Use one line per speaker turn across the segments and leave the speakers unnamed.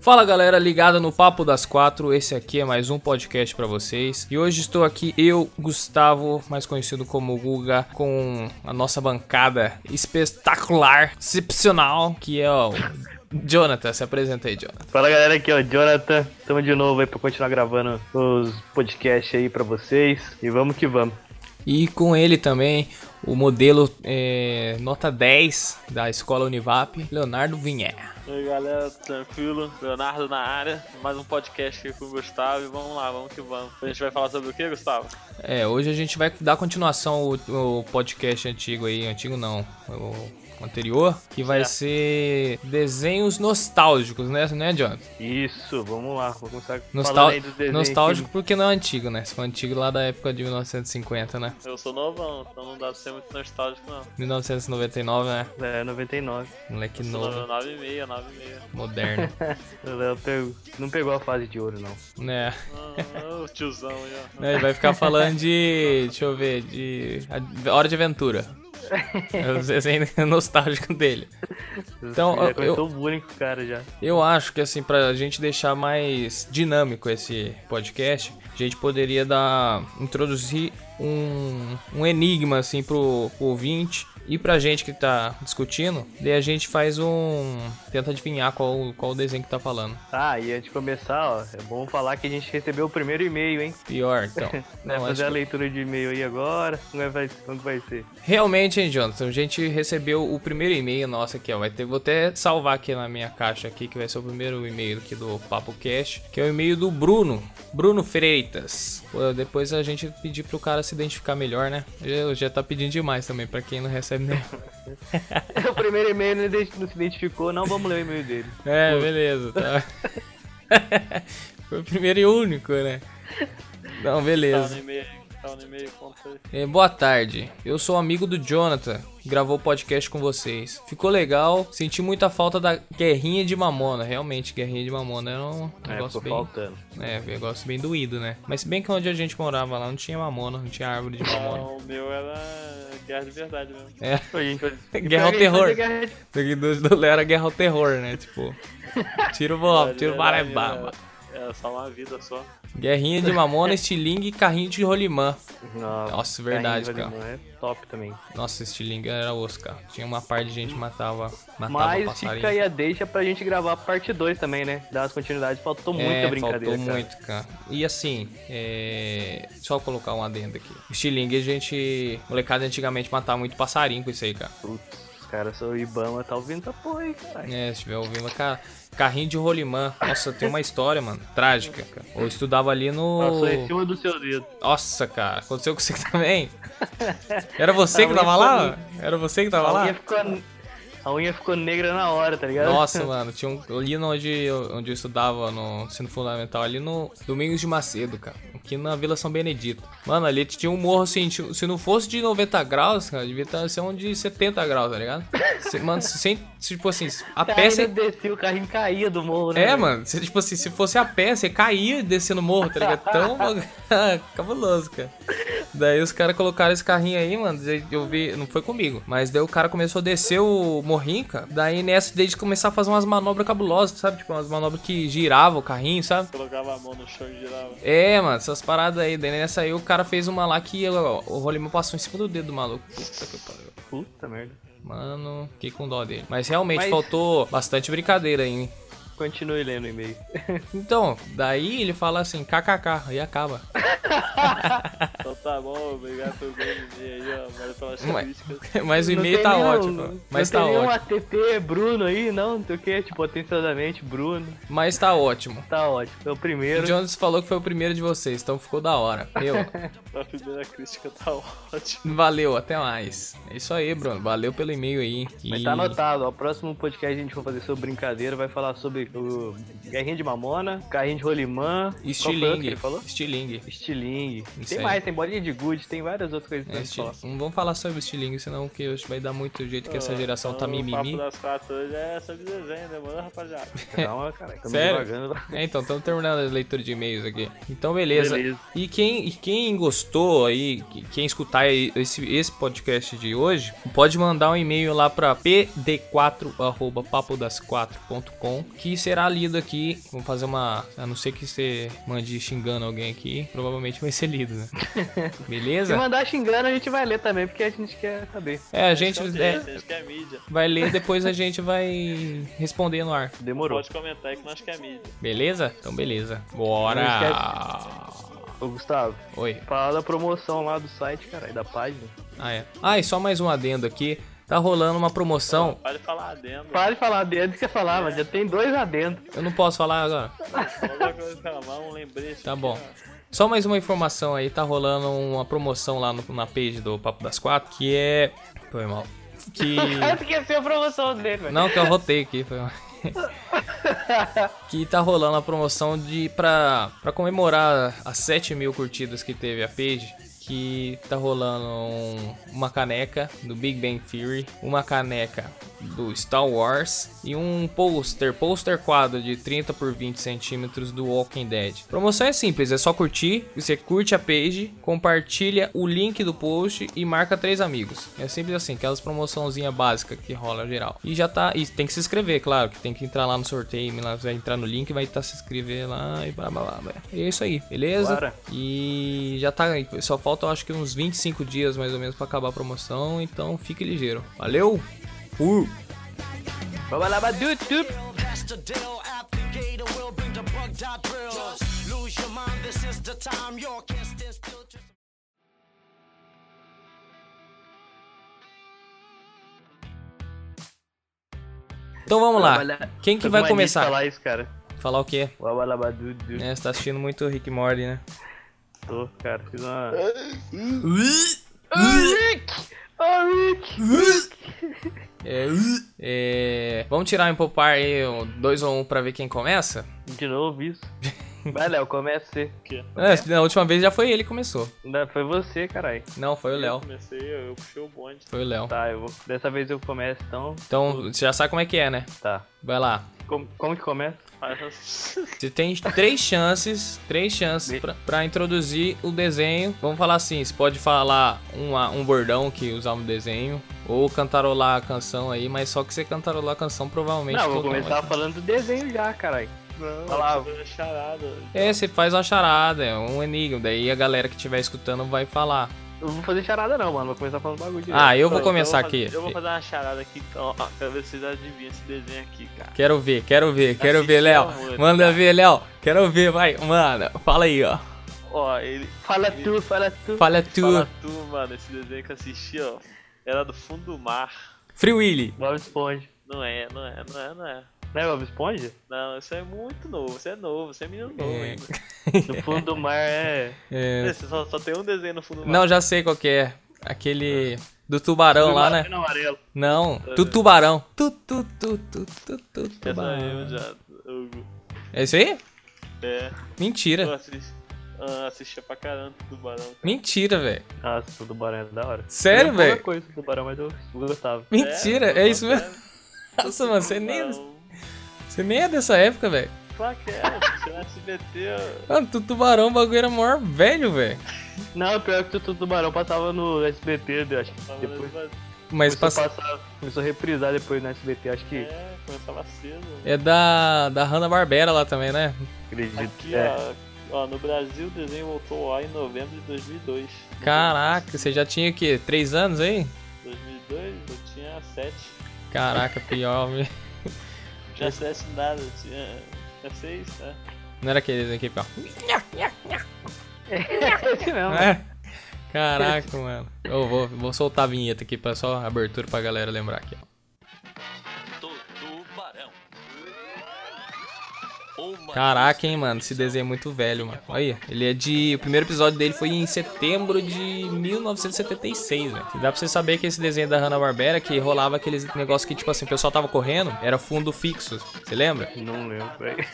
Fala galera, ligada no Papo das Quatro, esse aqui é mais um podcast pra vocês. E hoje estou aqui eu, Gustavo, mais conhecido como Guga, com a nossa bancada espetacular, excepcional, que é o Jonathan. Se apresenta aí, Jonathan.
Fala galera, aqui é o Jonathan. Tamo de novo aí pra continuar gravando os podcasts aí pra vocês. E vamos que vamos.
E com ele também, o modelo é, nota 10 da Escola Univap, Leonardo Vinhé.
E aí galera, tranquilo? Leonardo na área, mais um podcast aqui com o Gustavo e vamos lá, vamos que vamos. A gente vai falar sobre o que, Gustavo?
É, hoje a gente vai dar continuação ao, ao podcast antigo aí, antigo não, o anterior, que vai
Certo.
ser desenhos nostálgicos, né, né Jonathan?
Isso, vamos lá. Vou começar
Nostal
falando aí dos desenhos.
nostálgico porque não é antigo, né? Se for antigo lá da época de 1950, né?
Eu sou novão, então não dá pra ser muito nostálgico não.
1999, né?
que- É, 99.
Moleque
Eu sou
novo,
9,5, 9,5.
moderno,
O Léo pegou- não pegou a fase de ouro, não.
né?
Ah, o tiozão aí, ó.
Né, Ele vai ficar falando de. Deixa eu ver, de. a- Hora de Aventura. É o desenho nostálgico dele. Então,
já
eu-
começou o bullying com o cara já.
Eu acho que, assim, pra gente deixar mais dinâmico esse podcast, a gente poderia dar. introduzir um, um enigma, assim, pro, pro ouvinte e pra gente que tá discutindo. Daí a gente faz um. tenta adivinhar qual, qual o desenho que tá falando.
Ah, e antes de começar, ó, é bom falar que a gente recebeu o primeiro e-mail, hein?
Pior, então.
Vai
Não, acho
Né, fazer
que-
a leitura de e-mail aí agora. Como é que vai, como que vai ser?
Realmente, hein, Jonathan? A gente recebeu o primeiro e-mail nosso aqui, ó. Vai ter, vou até salvar aqui na minha caixa aqui, que vai ser o primeiro e-mail aqui do Papo Cast, que é o e-mail do Bruno. Bruno Freitas. Pô, depois a gente pedir pro cara se identificar melhor, né? Já, já tá pedindo demais também, pra quem não recebe né? nem.
o primeiro e-mail não ident- não se identificou, não vamos ler o e-mail dele.
é, beleza, tá. Foi o primeiro e único, né? Não,
Tá
beleza.
no e-mail, tá no e-mail, conta aí.
É, boa tarde, eu sou amigo do Jonathan, que gravou o podcast com vocês. Ficou legal, senti muita falta da guerrinha de mamona. Realmente, guerrinha de mamona era um
É,
negócio
ficou
bem.
faltando.
É, um negócio bem doído, né? Mas se bem que onde a gente morava lá não tinha mamona, não tinha árvore de mamona.
Não, o meu era guerra de verdade mesmo.
É.
A gente vai-
Guerra ao
a gente vai
terror.
ter guerra de-
Isso do, do Léo era guerra ao terror, né? Tipo. Tiro o tiro baraibaba.
É só uma vida só.
Guerrinha de mamona, estilingue e carrinho de rolimã.
Não,
Nossa, verdade,
carrinho de
cara. Ah,
rolimã tá É top também.
Nossa, estilingue era osso, cara. Tinha uma parte de gente que matava, matava
Mas
passarinho.
fica aí a deixa pra gente gravar a parte 2 também, né? Dar as continuidades. Faltou muita
é,
brincadeira.
faltou
cara.
muito, cara. E assim, é... só colocar um adendo aqui. O estilingue, a gente... Molecada antigamente matava muito passarinho com isso aí, cara.
Putz, os caras são o Ibama, tá ouvindo essa porra aí, caralho.
É, se tiver ouvindo, cara... Carrinho de rolimã. Nossa, tem uma história, mano. Trágica, cara. Eu estudava ali
Passou em
no...
cima do seu dedo.
Nossa, cara. Aconteceu com você também? Era você que tava lá? Era você que tava
A
lá?
unha, ficou, a unha ficou negra na hora, tá ligado?
Nossa, mano, tinha um. Eu li no- onde, eu- onde eu estudava no ensino fundamental, ali no Domingos de Macedo, cara. Aqui na Vila São Benedito. Mano, ali tinha um morro assim, tipo, se não fosse de 90 graus, cara, devia tá- ser um de 70 graus, tá ligado? Se- mano, se- sem. se, Tipo assim, a
Cara,
pé
ainda
você.
descia, o carrinho caía do morro, né?
É,
velho?
mano, se, tipo assim, se fosse a pé, você caía descendo o morro, tá ligado? Tão cabuloso, cara. Daí os caras colocaram esse carrinho aí, mano. daí Eu vi, não foi comigo, mas daí o cara começou a descer o morrinho, cara. Daí nessa, desde começar a fazer umas manobras cabulosas, sabe? Tipo, umas manobras que girava o carrinho, sabe?
Colocava a mão no chão e girava.
É, mano, essas paradas aí. Daí nessa aí o cara fez uma lá que ó, o rolimão passou em cima do dedo do maluco. Puta que pariu.
Puta merda.
Mano, fiquei com dó dele. Mas realmente
Mas-
faltou bastante brincadeira aí, hein?
Continue lendo o e-mail.
Então, daí ele fala assim, kkk, aí acaba.
Então tá bom, obrigado pelo bem dia aí, ó. Valeu pelas
Mas,
críticas.
mas o
Não
e-mail
tem
tá
nenhum-
ótimo. Mas
não
tá
tem nenhum
ótimo.
ATT Bruno aí, não, não sei o que, tipo, atenciosamente Bruno.
Mas tá ótimo.
Tá ótimo, é o
O
primeiro.
Jones falou que foi o primeiro de vocês, então ficou da hora. Meu,
A primeira crítica tá ótima.
valeu, até mais. É isso aí, Bruno. Valeu pelo e-mail aí.
Mas
E-
tá anotado, ó, o próximo podcast que a gente for fazer sobre brincadeira vai falar sobre foi o Guerrinha de Mamona, Carrinho de Rolimã, qual foi o outro que
Estilingue.
ele falou?
Estilingue.
Estilingue.
Isso
Tem
aí.
mais, tem bolinha de gude, tem várias outras coisas
É,
pra gente falar.
estilingue. Não vamos falar sobre estilingue, senão que hoje vai dar muito jeito que
Ah,
essa geração tá
O papo
mimimi.
das quatro hoje é sobre desenho, demorou, rapaziada.
Calma, cara. Tô me
Sério?
devagando.
É, então, estamos terminando a leitura de e-mails aqui. Então, beleza.
Beleza.
E, quem, e quem gostou aí, que- quem escutar aí esse, esse podcast de hoje, pode mandar um e-mail lá para pd4.papodas4.com, que será lido aqui. Vamos fazer uma. A não ser que você mande xingando alguém aqui, provavelmente vai ser lido, né?
Se
Beleza?
mandar xingando, a gente vai ler também, porque a gente quer saber.
É, a gente
Então,
é,
a gente quer mídia.
vai ler, depois a gente vai responder no ar.
Demorou.
Pode comentar aí que nós quer mídia.
Beleza? Então, beleza. Bora!
Ô, Gustavo,
Oi.
fala da promoção lá do site, cara, e da página.
Ah, é. Ah, e só mais um adendo aqui. Tá rolando uma promoção.
Pode falar adendo.
Para de falar adendo que você falava, já tem dois adendo.
Eu não posso falar agora.
Alguma coisa pra lá, um lembrete.
Tá
aqui,
bom.
ó.
Só mais uma informação aí. Tá rolando uma promoção lá no- na page do Papo das Quatro. Que é. Foi mal. Que.
O cara esqueceu é a promoção dele, velho.
Não, que eu rotei aqui. Foi mal. que tá rolando a promoção de pra, pra comemorar as 7 mil curtidas que teve a page. Que tá rolando um- uma caneca do Big Bang Theory, uma caneca do Star Wars e um pôster, pôster quadro de 30 por 20 centímetros do Walking Dead. Promoção é simples, é só curtir, você curte a page, compartilha o link do post e marca três amigos. É simples assim, aquelas promoçãozinha básica que rola geral. E já tá, e tem que se inscrever, claro, que tem que entrar lá no sorteio, lá vai entrar no link, vai estar se inscrever lá e blá blá blá. blá. E é isso aí, beleza?
Bora.
E já tá, só falta eu acho que uns 25 dias mais ou menos pra acabar a promoção, então fique ligeiro. Valeu! Fui!
Vamos lá, badu, tup.
That's the deal. Applicator will bring the bug dot drill. Just lose your mind. This is the time. You can't stand still. Just-
Então vamos lá.
Babalá-
Quem que
Tô com
vai
mania de
começar? Falar,
falar isso, cara.
o quê?
Babalabadu, tup.
É, você tá assistindo muito Rick e Morty, né?
Tô, cara, fiz uma...
É, é, vamos tirar em popar aí um 2 ou 1 um pra ver quem começa?
De novo isso. Vai, Léo, começa você.
É, na última vez já foi ele que começou.
Não, Foi você, caralho.
Não, foi o Léo.
Comecei, eu, eu puxei o bonde.
Foi o Léo.
Tá, eu vou... Dessa vez eu começo, então...
Então, você já sabe como é que é, né?
Tá.
Vai lá.
Como, como que começa?
tá?
Você tem três chances, três chances pra, pra introduzir o desenho. Vamos falar assim, você pode falar uma- um bordão que usar no desenho, ou cantarolar a canção aí, mas só que você cantarolar a canção provavelmente...
Não, eu vou
todo mundo vai
começar falando do desenho já, caralho.
Não,
Fala.
eu tô fazendo charada.
É, você faz uma charada, é um enigma, daí a galera que estiver escutando vai falar.
Eu não vou fazer charada não, mano. Vou começar falando bagulho direto.
Ah, eu
Então,
vou começar
eu vou fazer-
aqui.
Eu vou fazer uma charada aqui, então, ó, quero ver se vocês adivinham esse desenho aqui, cara.
Quero ver, quero ver, quero ver, Léo.
Assistir amor,
Manda ver, Léo. Quero ver, vai, mano. Fala aí, ó.
Ó, ele.
Fala
ele,
tu, fala
Fala
tu.
Fala
tu.
tu, mano, esse desenho que eu assisti, ó. Era do fundo do mar.
Free Willy.
Bob Esponja.
Não é, não é, não é, não é.
Não é Bob Esponja?
Não, isso é muito novo, você é novo, você é menino novo
É.
ainda.
No fundo do mar é...
É,
Você só, só tem um desenho no fundo do mar.
Não, já sei qual que é. Aquele do tubarão lá, né?
Não, é amarelo.
Não, do tubarão. Tu, tu, tu, tu, tu, tu,
Essa eu
tubarão.
já. Hugo.
É isso aí?
É, eu
Mentira.
assisti, ah, assistia pra caramba o tubarão.
Mentira, velho.
Nossa, o tubarão é da hora.
Sério,
Eu ia falar
velho?
coisa do tubarão, mas eu gostava.
Mentira, é isso mesmo. Nossa, mano, você nem, você nem é dessa época, velho.
Claro que é, você no SBT. ó.
Mano, tu tubarão, o bagulho era maior velho, velho.
Não, pior que o tubarão passava no SBT, eu acho que
Tava
depois...
no-
Mas
Começou,
passa...
a passar, começou a reprisar depois no SBT, acho que.
É, começava cedo.
é da, da Hanna-Barbera lá também, né?
Acredito.
Aqui,
é.
ó, ó, no Brasil o desenho voltou lá em novembro de 2002.
Caraca, você já tinha o quê? Três anos aí?
2002 eu tinha 7.
Caraca, pior. velho.
Tinha 7 nada, eu tinha. Tinha 6, né?
Não era aquele aqui, pior.
Esse assim mesmo. né?
É. Caraca, mano. Eu vou, vou soltar a vinheta aqui pra só a abertura pra galera lembrar aqui. ó.
Do tubarão.
Caraca, hein, mano. Esse desenho é muito velho, mano. Olha aí. Ele é de. O primeiro episódio dele foi em setembro de 1976, velho. E Dá pra você saber que esse desenho da Hanna-Barbera que rolava aqueles negócio que, tipo assim, o pessoal tava correndo, era fundo fixo. Você lembra?
Não lembro, velho.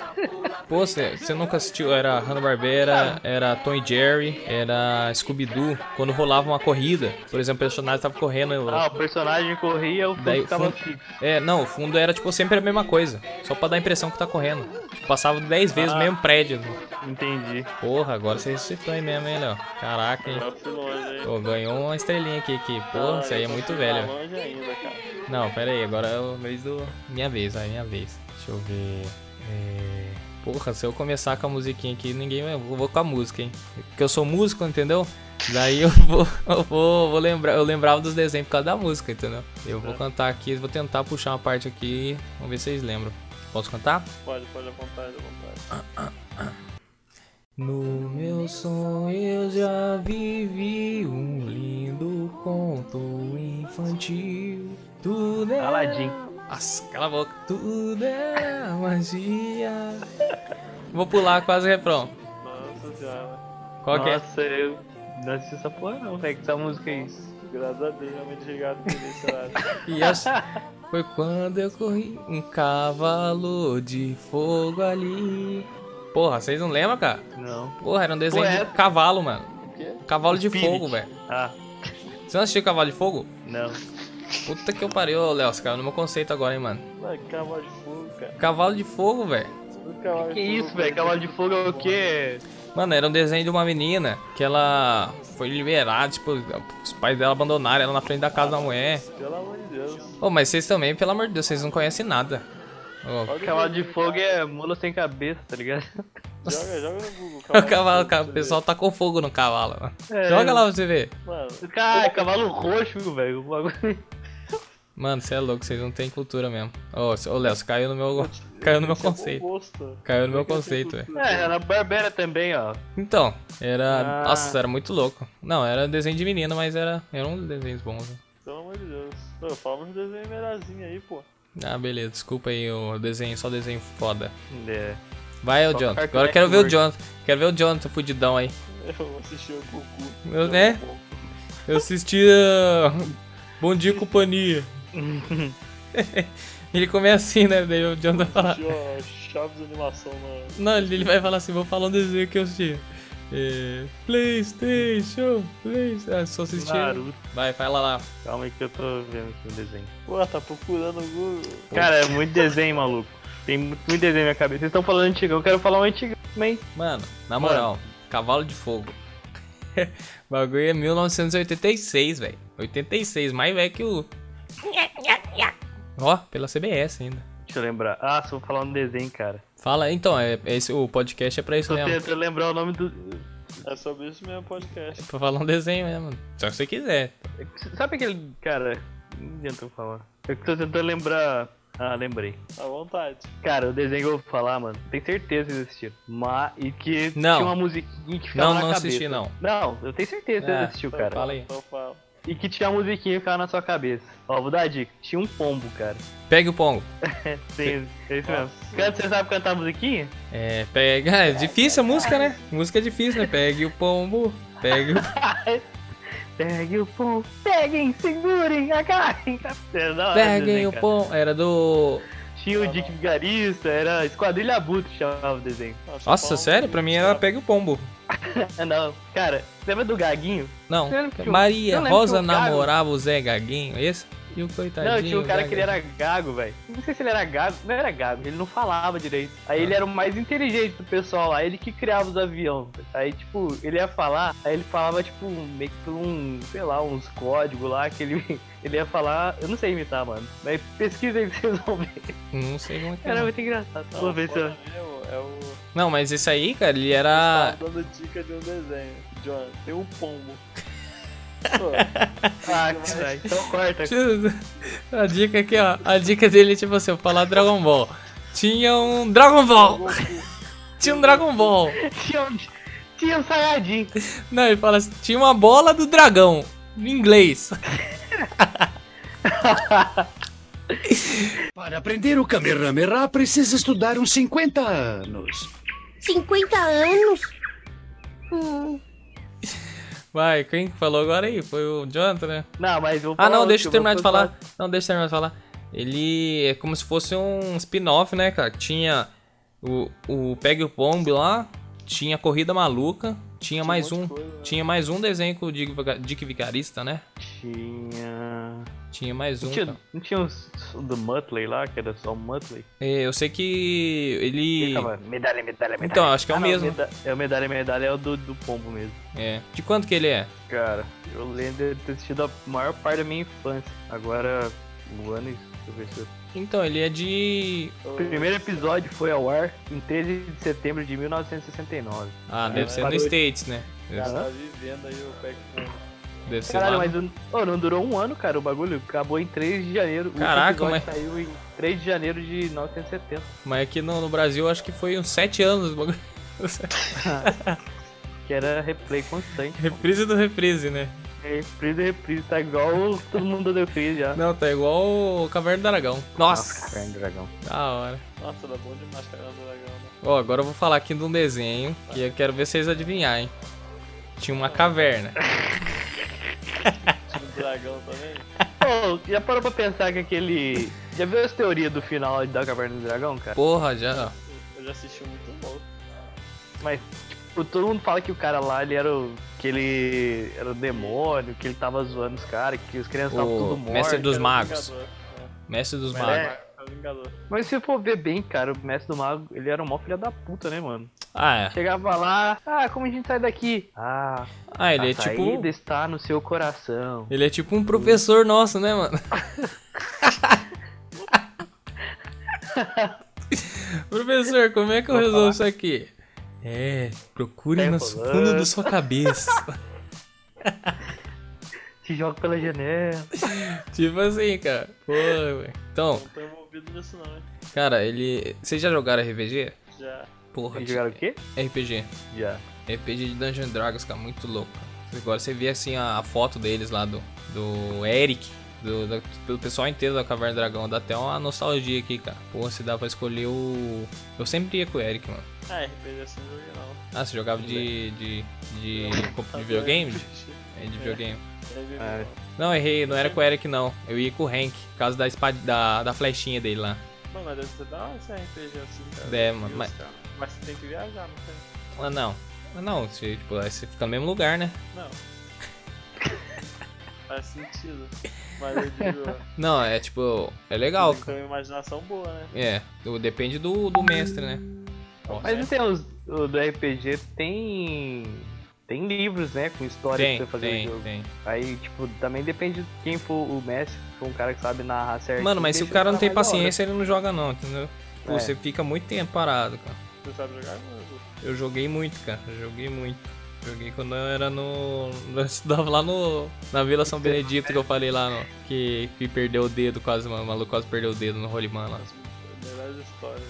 Pô, você você nunca assistiu? Era Hanna-Barbera, era Tom e Jerry, era Scooby-Doo. Quando rolava uma corrida, por exemplo, o personagem tava correndo. eu-
Ah, o personagem corria, o
Daí
fundo
o
ficava assim,
fundo-
fixo.
É, não, o fundo era tipo sempre a mesma coisa. Só pra dar a impressão que tá correndo. Tipo, passava
Ah.
10 vezes o mesmo prédio.
Entendi.
Porra, agora você ressuscitou aí mesmo, hein, Léo? Caraca, hein?
Eu fui Tá longe, hein?
Pô, ganhou uma estrelinha aqui, aqui. Porra, isso aí é muito
Tá
velho.
longe ainda, cara.
Não, pera aí, agora é o mês do. Minha vez, vai, minha vez. Deixa eu ver. É... Porra, se eu começar com a musiquinha aqui, ninguém vai. Eu vou com a música, hein? Porque eu sou músico, entendeu? Daí eu vou, eu vou, vou lembrar. Eu lembrava dos desenhos por causa da música, entendeu? Eu vou cantar aqui, vou tentar puxar uma parte aqui. Vamos ver se vocês lembram. Posso cantar?
Pode, pode apontar, pode apontar.
No meu sonho eu já vivi um lindo conto infantil. Tudo é.
Aladim.
Nossa, cala a boca. Tudo é magia. Vou pular quase o refrão.
Nossa senhora.
Qual que é?
Nossa, eu não assisti essa porra não, velho. Que essa música é isso?
Graças a Deus, realmente ligado por isso, cara.
E essa- Foi quando eu corri um cavalo de fogo ali. Porra, vocês não lembram, cara?
Não.
Porra, era um desenho
Ué.
de cavalo, mano.
quê?
Cavalo de
Spirit.
fogo, velho.
Ah,
Você não assistiu Cavalo de Fogo?
não.
Puta que eu parei, ô Léo, você caiu no meu conceito agora, hein, mano.
Mano, cavalo de fogo, cara.
Cavalo de fogo, velho.
Tudo cavalo de
Que
fogo,
isso,
cara.
velho? Cavalo de fogo é o quê?
Mano, era um desenho de uma menina que ela foi liberada, tipo, os pais dela abandonaram ela na frente da casa da mulher.
Pelo amor de Deus.
Ô, mas vocês também, pelo amor de Deus, vocês não conhecem nada. Ô,
Cavalo de fogo é mula sem cabeça, tá ligado?
Joga, joga no Google.
o cavalo,
de fogo,
ca-
você
o pessoal tá com fogo no cavalo. mano.
É.
Joga lá pra você ver.
vê. Mano,
Cara, cavalo roxo, velho. o bagulho.
Mano, você é louco, vocês não têm cultura mesmo. Ô, cê- ô, Léo, você caiu no meu. Caiu no meu
é bom
conceito.
gosto.
Caiu no meu conceito, velho.
É, na Barbera também, ó.
Então, era.
Ah.
Nossa, era muito louco. Não, era desenho de menina, mas era. Era um desenho bom, velho.
Pelo amor de Deus. Pô, fala uns desenhos melhorzinhos aí, pô.
Ah, beleza, desculpa aí o desenho, só desenho foda.
É.
Vai, ô
Só é
Jonathan.
Cartoon
Agora eu quero ver o
Network.
Jonathan. Quero ver o Jonathan fudidão aí.
Eu assisti o é Goku.
Eu, né? Eu assistia. Bom dia, companhia. ele começa assim, né? Daí o Jonathan fala.
Assisti a Chaves Animação na...
Não, ele ele vai falar assim: vou falar um desenho que eu assisti. É, PlayStation, PlayStation. Ah, só assistia.
Naruto.
Vai, fala lá.
Calma aí que eu tô vendo aqui o desenho.
Pô, tá procurando o Google.
Cara, é muito desenho, maluco. Tem muito, muito desenho na minha cabeça. Vocês estão falando antigão, eu quero falar um antigão também.
Mano, na moral, Cavalo de Fogo. O bagulho é 1986, velho. 86, mais velho que o. Ó, pela CBS ainda.
Deixa eu lembrar. Ah, só vou falar um desenho, cara.
Fala, então, é, é esse, o podcast é pra isso
Tô
mesmo.
tentando lembrar o nome do.
É sobre isso mesmo podcast.
Pra falar um desenho mesmo. Só se você quiser.
Sabe aquele. Cara, não adianta eu falar. Eu tô tentando lembrar. Ah, lembrei.
À vontade.
Cara, o desenho que eu vou falar, mano, tenho certeza que vocês assistiram. Mas. E que
Não.
tinha uma musiquinha que ficava
Não,
na
não
cabeça.
assisti, não.
Não, eu tenho certeza que
É,
vocês assistiu, cara.
fala aí.
Então fala.
E que tinha a musiquinha que ficava na sua cabeça. Ó, vou dar a dica. Tinha um pombo, cara.
Pega o pongo.
Sim, é isso mesmo. Cara, você sabe cantar a musiquinha?
É, pega. É difícil a música, né? Música é difícil, né? Pegue o pombo. Pegue o.
Pegue o pombo, peguem, segurem, agarrem. Era É da hora
Peguem
desenho,
o
cara.
pombo. Era do.
Tinha o Dick Vigarista, era Esquadrilha Abutre que chamava o desenho.
Nossa,
um
sério? Pra mim era Pegue o pombo.
Ah, não. Cara, lembra do Gaguinho?
Não.
Eu lembro que o- eu
Maria
lembro que
Rosa
o cara-
namorava o Zé Gaguinho, esse? E o coitadinho.
não, tinha um cara
Zé
que ele era gago, velho. Não sei se ele era gago, não era gago, ele não falava direito.
Ah.
Aí ele era o mais inteligente do pessoal lá, ele que criava os aviões. Aí, tipo, ele ia falar, aí ele falava, tipo, meio que por um, sei lá, uns códigos lá que ele, ele ia falar. Eu não sei imitar, mano. Mas pesquisa aí pra vocês vão ver.
Gaguinho. Não sei como é que
Era
era.
muito engraçado.
Não,
vou ver se eu.
fala mesmo, É o...
Não, mas esse aí, cara, ele era.
Tá dando dica de um desenho. John, tem um pombo.
Ah, caralho. Então corta.
A dica aqui, ó. A dica dele é tipo assim, eu falar Dragon Ball. Tinha um Dragon Ball! Tinha um Dragon Ball!
Tinha um, tinha um Sayajin.
Não, ele fala assim, tinha uma bola do dragão. Em inglês.
Para aprender o Kamehameha, precisa estudar uns 50 anos.
50 anos? Hum,
Vai, quem falou agora aí? Foi o Jonathan, né?
Não, mas eu vou
Ah,
falar
não,
o
deixa
que
eu terminar
vou
de falar. Não, deixa eu terminar de falar. Ele é como se fosse um spin-off, né, cara? Tinha o, o Peg e o Pombo lá, tinha Corrida Maluca, tinha mais um. Tinha mais um desenho com o Dick Viga- Dick Vigarista, né?
Tinha.
Tinha mais um.
Não tinha,
cara.
não tinha os, o do Muttley lá, que era só o Muttley?
É, Eu sei que ele.
Ficava, medalha, medalha, medalha.
Então, acho que é o
não,
mesmo.
meda- é o medalha, medalha, é o do, do pombo mesmo.
É. De quanto que ele é?
Cara, eu lembro de ter assistido a maior parte da minha infância. Agora, o ano, deixa eu ver se eu...
Então, ele é de.
O primeiro episódio foi ao ar em 13 de setembro de 1969.
Ah,
é,
deve ser no
parou-
States, né? Deve,
Cara, tá vivendo aí o pack com.
deve ser
Caralho,
lá.
mas o- oh, não durou um ano, cara, o bagulho. Acabou em 3 de janeiro.
Caraca,
o último
mas-
episódio saiu em 3 de janeiro de 1970.
Mas aqui no, no Brasil acho que foi uns 7 anos. o bagulho.
Que era replay constante.
reprise do reprise, né?
Reprise, reprise, tá igual o- todo mundo deu crise já.
Não, tá igual o Caverna do Dragão. Nossa,
Carne dragão.
da hora.
Nossa, dá bom demais cara do dragão, né?
Ó, agora eu vou falar aqui de um desenho que eu quero ver vocês adivinharem. Tinha uma caverna.
Time do um dragão também.
Pô, já parou pra pensar que aquele. Já viu as teorias do final da Caverna do Dragão, cara?
Porra, já. ó.
Eu já assisti um muito louco.
Mas, tipo, todo mundo fala que o cara lá, ele era o. que ele era o demônio, que ele tava zoando os caras, que os crianças estavam
O
tudo mortos.
Mestre dos
era-
Magos.
um Vingador.
Mestre dos
Mas
Magos.
é-
É o Vingador.
Mas se for ver bem, cara, o mestre do mago, ele era um mó filho da puta, né, mano?
Ah, é.
Chegava lá, ah, como a gente sai daqui? Ah,
Ah, ele
a
é tipo.
saída está no seu coração.
Ele é tipo um professor nosso, né, mano? professor, como é que eu resolvo isso aqui? É, procure
Tempo
no fundo da sua cabeça.
Se joga pela janela.
tipo assim, cara. Pô, velho. Então,
Não tô envolvido nisso não, hein?
cara, ele. Vocês já jogaram RPG?
Já.
Porra, tipo,
Eles jogaram o quê?
RPG.
Já.
RPG de Dungeon Dragons, cara, muito louco. cara. Agora você vê assim a, a foto deles lá do, do Eric, do, da- do pessoal inteiro da Caverna do Dragão, dá até uma nostalgia aqui, cara. Pô, se dá pra escolher o. Eu sempre ia com o Eric, mano.
Ah, RPG assim não joguei não.
Ah, você jogava de. de. de. de videogame?
assim
Ah, É de videogame.
É,
Não, errei, não era com o Eric não. Eu ia com o Hank, por causa da, espada, da, da flechinha dele lá.
Mano, mas deve ser da hora esse RPG assim, cara.
É, mano,
Deus,
mas-
cara. Mas você tem que viajar, não tem?
Ah, não. Ah, não, você, tipo, aí você fica no mesmo lugar, né?
Não. Faz sentido. Mas eu digo,
Não, é tipo. É legal,
tem que
cara.
ter uma imaginação boa, né?
É, do- depende do, do mestre, né?
Mas não tem os, o do RPG tem. Tem livros, né? Com história
Tem,
pra você fazer
tem,
no jogo.
tem.
Aí, tipo, também depende de quem for o mestre, se for um cara que sabe narrar certo.
Mano, mas se o
deixa
cara não tem
ficar mais da hora.
paciência, ele não joga não, entendeu? Tipo,
É.
você fica muito tempo parado, cara.
Você sabe jogar? mano?
Eu joguei muito, cara. Eu joguei muito. Joguei quando eu era no. Eu estudava lá no. Na Vila São Benedito que eu falei lá, no, que, que perdeu o dedo, quase, mano. O maluco quase perdeu o dedo no Rolimã lá.
As melhores histórias.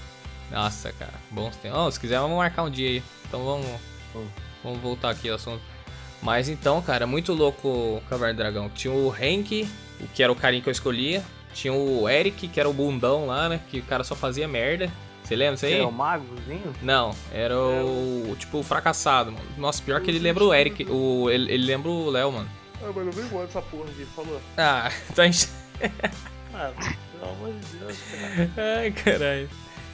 Nossa, cara, bons tempos. Ó, se quiser, vamos marcar um dia aí. Então vamos. Vamos voltar aqui ao assunto. Mas então, cara, muito louco o Caverna do Dragão. Tinha o Hank, o que era o carinha que eu escolhia. Tinha o Eric, que era o bundão lá, né? Que o cara só fazia merda. Você lembra isso aí?
É o magozinho?
Não, era o. Tipo, o fracassado, mano. Nossa, pior que ele lembra o Eric. O, ele, ele lembra o Léo, mano.
Ah, mano, eu vou embora dessa porra aqui, falou.
Ah, tá enche...
Ah, pelo amor de Deus, cara.
Ai, caralho.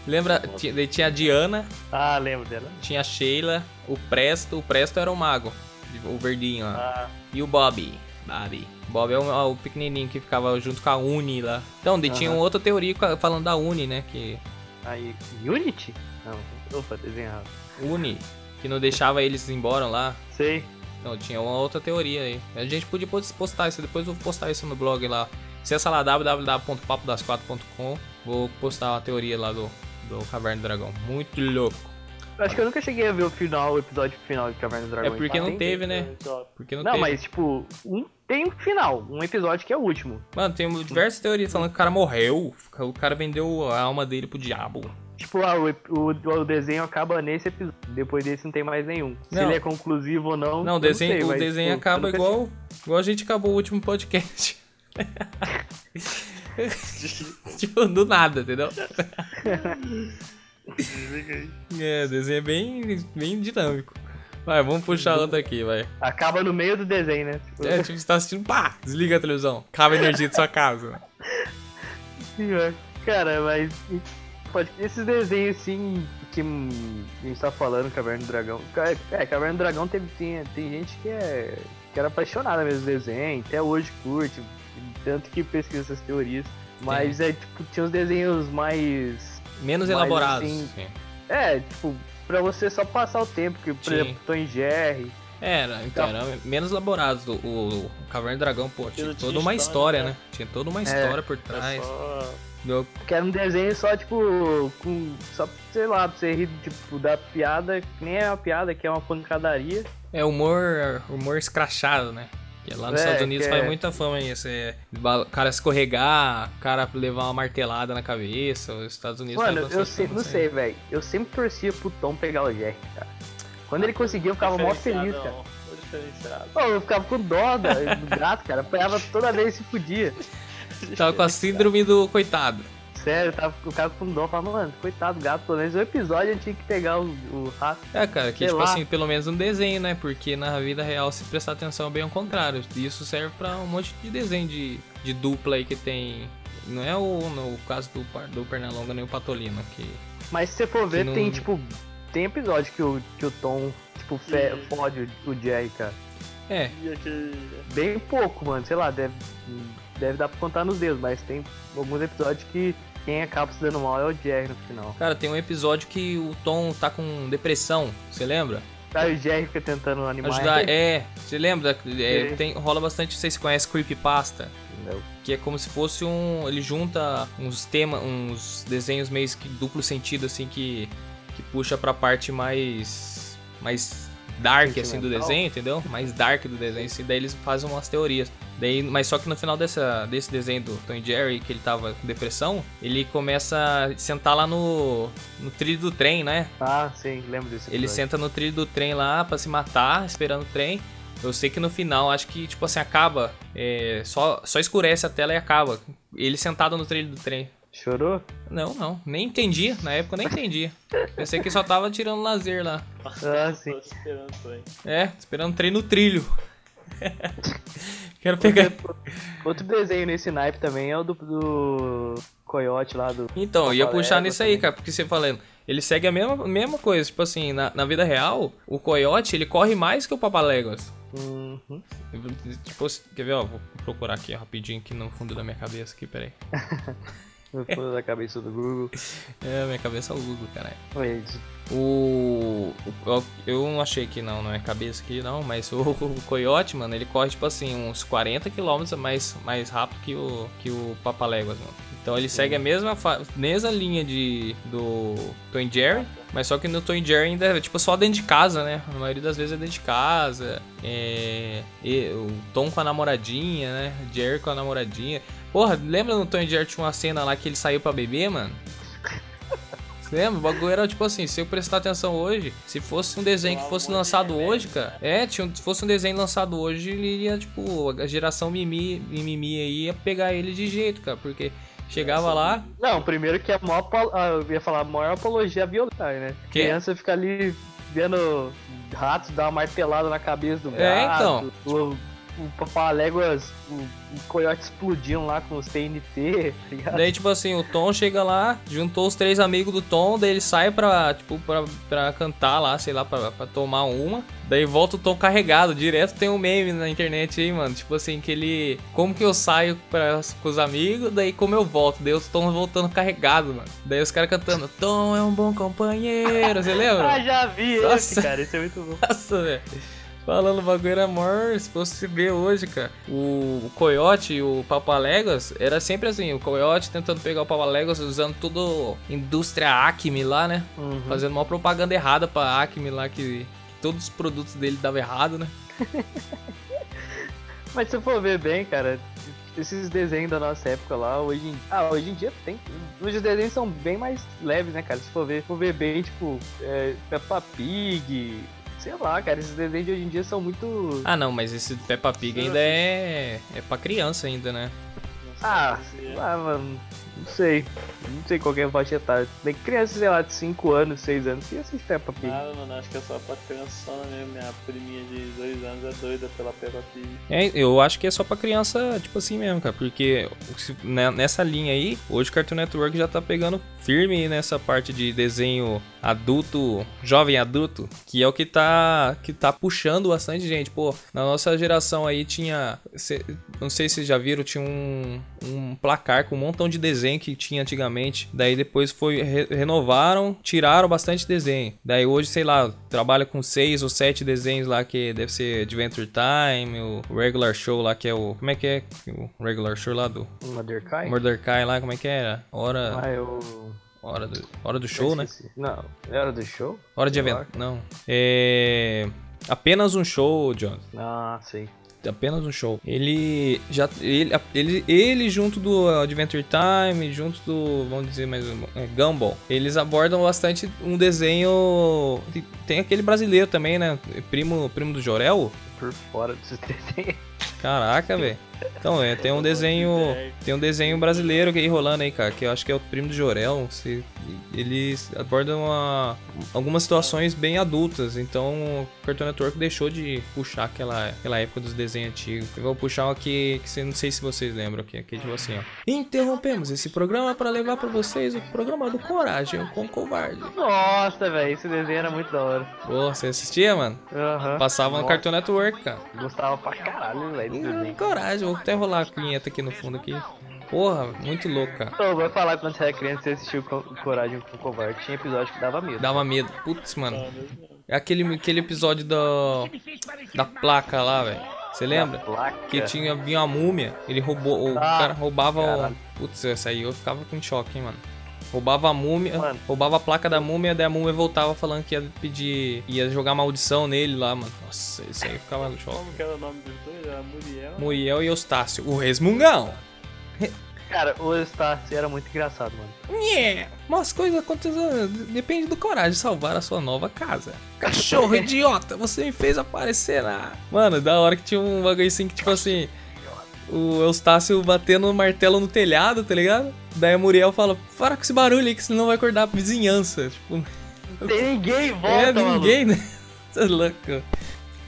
Lembra? Tinha, daí tinha a Diana,
Ah, lembro dela.
tinha a Sheila, o Presto. O Presto era o mago. O verdinho lá.
Ah,
E o Bob. Bob. Bob é o, é o pequenininho que ficava junto com a Uni lá. Então, daí tinha
Aham.
uma outra teoria ca- falando da Uni, né? Que
Aí, Unity? Não, opa, desenhado.
Uni, que não deixava eles embora lá.
Sei.
Então, tinha uma outra teoria aí. A gente podia pos- postar isso, depois eu vou postar isso no blog lá. Acessa lá www.papodas4.com. Vou postar a teoria lá do, do Caverna do Dragão. Muito louco.
Acho que eu nunca cheguei a ver o final, o episódio final de Caverna do
É
Dragão. tá?
porque não
Tem-
teve, né?
idiota.
Porque não,
Não,
teve.
mas tipo, um, tem um final, um episódio que é o último.
Mano, tem diversas teorias falando que o cara morreu. O cara vendeu a alma dele pro diabo.
Tipo, ah, o, ep- o, o desenho acaba nesse episódio. Depois desse não tem mais nenhum. Se
Não.
ele é conclusivo ou não. eu
Não, o desenho,
sei,
o
mas,
desenho
tipo, eu
acaba
nunca
igual, igual a gente acabou o último podcast. tipo, do nada, entendeu?
Desliga aí.
É, o desenho é bem, bem dinâmico. Vai, vamos puxar outra aqui, vai.
Acaba no meio do desenho, né? Tipo,
É, tipo, você tá assistindo, pá, desliga a televisão. Acaba a energia da sua casa.
Pior. Cara, assim, mas. pode- Esses desenhos assim que hum, a gente tá falando, Caverna do Dragão. Cara, É, Caverna do Dragão teve, tem, tem gente que é. que era apaixonada mesmo do desenho, até hoje curte, tanto que pesquisa essas teorias. Mas é tipo, tinha uns desenhos mais.
Menos
Mas,
elaborados.
assim,
sim.
É, tipo, pra você só passar o tempo, que, por
Sim.
exemplo, Tom e Jerry.
Era, então, era menos elaborados. O, o- o Caverna do Dragão, pô, tinha
não tinha
toda uma
história,
história, né? Tinha toda uma história por
É
trás.
só...
Meu-
Que era um desenho só, tipo, com. Só, sei lá, pra você rir, tipo, da piada, que nem é uma piada, que é uma pancadaria.
É humor, humor escrachado, né? Que lá nos
É,
Estados Unidos
que
faz
é-
muita fama isso. É, bala- o cara escorregar, o cara levar uma martelada na cabeça. Os Estados Unidos faz
Mano, eu
bastante
sempre,
fama
não
disso
sei,
aí.
velho. Eu sempre torcia pro Tom pegar o Jack, cara. Quando ele conseguia, eu ficava mó feliz, cara. é
Tô diferenciado.
Pô, eu ficava com dó da- do gato, cara. Apanhava toda vez se podia.
Tava com a síndrome do coitado.
Sério, eu tava, eu ficava com dó. Falava, mano, coitado do gato. Pelo menos um episódio eu tinha que pegar o, o rato.
É, cara, que
Sei
tipo
lá.
assim, pelo menos um desenho, né? Porque na vida real, se prestar atenção, é bem ao contrário. Isso serve pra um monte de desenho de, de dupla aí que tem. Não é o, no, o caso do, Par- do Pernalonga nem o Patolino, que.
Mas se você for ver,
não-
tem, tipo... Tem episódio que o, que o Tom, tipo, fe, fode o, o Jerry, cara.
É,
E aqui...
Bem pouco, mano. Sei lá, deve, deve dar pra contar nos dedos. Mas tem alguns episódios que quem acaba se dando mal é o Jerry no final.
cara, tem um episódio que o Tom tá com depressão, você lembra?
Aí Tá, o Jerry fica tentando animar
Ajudar,
ele.
é, você lembra? É,
Sim.
tem, rola bastante, vocês conhecem Creepypasta?
Não.
Que é como se fosse um. Ele junta uns temas, uns desenhos meio que duplo sentido, assim, que. que puxa pra parte mais. mais dark, assim, do
Sentimental.
desenho, entendeu? Mais dark do desenho, assim, daí eles fazem umas teorias. Daí, mas só que no final dessa, desse desenho do Tom e Jerry, que ele tava com depressão, ele começa a sentar lá no, no trilho do trem, né?
Ah, sim, lembro desse
Ele
episódio.
senta no trilho do trem lá pra se matar, esperando o trem. Eu sei que no final, acho que, tipo assim, acaba. é, só, só escurece a tela e acaba. Ele sentado no trilho do trem.
Chorou?
Não, não. Nem entendi. Na época eu nem entendi. Pensei que só tava tirando lazer lá.
Ah, sim.
Tô esperando isso aí.
É, esperando o trem no trilho. Quero pegar.
Outro desenho nesse naipe também é o do, do Coyote lá do.
Então, eu ia
Papaléguas
puxar nisso aí,
também.
cara, porque você falando. Ele segue a mesma, mesma coisa. Tipo assim, na, na vida real, o coiote ele corre mais que o Papaléguas.
Uhum.
Tipo, se- quer ver, ó, vou procurar aqui rapidinho aqui no fundo da minha cabeça aqui, peraí.
No fundo da cabeça do Google.
É, minha cabeça é o Google, caralho.
Olha isso.
O. o- Eu não achei que não, não é cabeça aqui não, mas o, o coiote, mano, ele corre tipo assim, uns 40 km a mais, mais rápido que o, que o Papaléguas, mano. Então ele segue a mesma, fa- mesma linha de, do Tom e Jerry, mas só que no Tom e Jerry ainda é tipo só dentro de casa, né? A maioria das vezes é dentro de casa. É, e- o Tom com a namoradinha, né? O Jerry com a namoradinha. Porra, lembra no Tom e Jerry tinha uma cena lá que ele saiu pra beber, mano? Você Lembra? O bagulho era tipo assim, se eu prestar atenção hoje, se fosse um desenho que fosse lançado hoje, cara, é, tinha um- se fosse um desenho lançado hoje, ele ia, tipo, a geração mimi, mimimi aí ia pegar ele de jeito, cara, porque chegava lá,
Não, primeiro que a maior. apo- ah, Eu ia falar, a maior apologia à violência, né?
Que?
Criança fica ali vendo ratos dar uma martelada na cabeça do gato.
É, então.
O, o Papaléguas, o, o Coyote explodindo lá com os TNT, tá ligado?
daí, tipo assim, o Tom chega lá, juntou os três amigos do Tom, daí ele sai pra, tipo, pra, pra cantar lá, sei lá, pra, pra tomar uma, daí volta o Tom carregado, direto tem um meme na internet aí, mano, tipo assim, que ele, como que eu saio pra, com os amigos, daí como eu volto, daí os Tom voltando carregado, mano, daí os caras cantando, Tom é um bom companheiro, você lembra?
Ah, já vi
Nossa.
esse, cara. Esse é muito bom.
Nossa, velho. Falando o bagulho era maior, se fosse ver hoje, cara. O, o Coyote e o Papaléguas era sempre assim, o Coyote tentando pegar o Papaléguas usando tudo indústria Acme lá, né?
Uhum.
Fazendo uma propaganda errada pra Acme lá, que, que todos os produtos dele davam errado, né?
Mas se eu for ver bem, cara, esses desenhos da nossa época lá, hoje em, ah, hoje em dia tem. Hoje os desenhos são bem mais leves, né, cara? Se for ver, for ver bem, tipo, é, Peppa Pig, sei lá, cara, esses desenhos de hoje em dia são muito.
Ah não, mas esse Peppa Pig ainda é. é pra criança ainda, né?
Não
Ah,
Sim.
ah, mano, não sei. Não sei qual que é a faixa etária. Tem criança, sei lá, de 5 anos, 6 anos, que assiste Peppa Pig.
Ah, mano, acho que é só pra criançona mesmo. Minha priminha de dois anos é doida pela Peppa Pig.
É, eu acho que é só pra criança, tipo assim mesmo, cara. Porque se- né, nessa linha aí, hoje o Cartoon Network já tá pegando firme nessa parte de desenho adulto, jovem adulto, que é o que tá, que tá puxando bastante gente. Pô, na nossa geração aí tinha. cê- não sei se vocês já viram, tinha um, um placar com um montão de desenho que tinha antigamente. Daí depois foi re- renovaram, tiraram bastante desenho. Daí hoje, sei lá, trabalha com seis ou sete desenhos lá que deve ser Adventure Time, o Regular Show lá que é o. Como é que é? O Regular Show lá do
Motherkai?
Mordecai lá, como é que era? Hora,
Ah, eu.
hora, do, hora do show,
eu
né?
esqueci. Não, era do show?
Hora de
Sei
evento. Não. É. Apenas um show, John.
lá. Ah, sei.
apenas um show. Ele já ele, ele, ele junto do Adventure Time, junto do, vamos dizer mais um, é, Gumball, eles abordam bastante um desenho que tem aquele brasileiro também, né? Primo primo do Jorel?
Por fora desses desenhos.
Caraca, velho. Então, é, tem um desenho, tem um desenho brasileiro que aí rolando aí, cara, que eu acho que é o primo do Jorel, se eles abordam uma- algumas situações bem adultas, então o Cartoon Network deixou de puxar aquela, aquela época dos desenhos antigos. Eu vou puxar um aqui que você- não sei se vocês lembram aqui, aqui de você, ó. Interrompemos esse programa para levar para vocês o programa do Coragem com Covarde.
Nossa, velho, esse desenho era muito da hora.
Pô, você assistia, mano?
Aham.
Passava no
Nossa,
Cartoon Network, cara.
Gostava pra caralho, velho, desse
Hum,
desenho.
coragem, vou até rolar a vinheta aqui no fundo aqui. Porra, muito louco, cara.
Então, vai falar que quando você era criança você assistiu Co- Coragem com o Covarde. Tinha episódio que dava medo.
Dava medo. Putz, mano. É aquele, aquele episódio do, da placa lá, velho. Você lembra?
Placa.
Que tinha vinha uma múmia, ele roubou, o
É. Ah,
cara roubava
caralho.
o. Putz, essa aí eu ficava com choque, hein, mano. Roubava a múmia,
Mano.
roubava a placa da múmia, daí a múmia voltava falando que ia pedir. ia jogar maldição nele lá, mano. Nossa, isso aí eu ficava no choque.
Como que era o nome dos dois? Era
é?
Muriel?
Muriel e Eustácio, o resmungão.
Cara, o Starcy era muito engraçado, mano.
Nhé, Umas coisas acontecendo. Depende do coragem de salvar a sua nova casa. Cachorro idiota, você me fez aparecer lá. É. Mano, da hora que tinha um bagulho assim que, tipo assim. O Eustácio batendo o martelo no telhado, tá ligado? Daí a Muriel fala: Para com esse barulho aí que senão vai acordar a vizinhança. Tipo,
Tem ninguém, volta,
é,
maluco.
ninguém, né? Você é louco.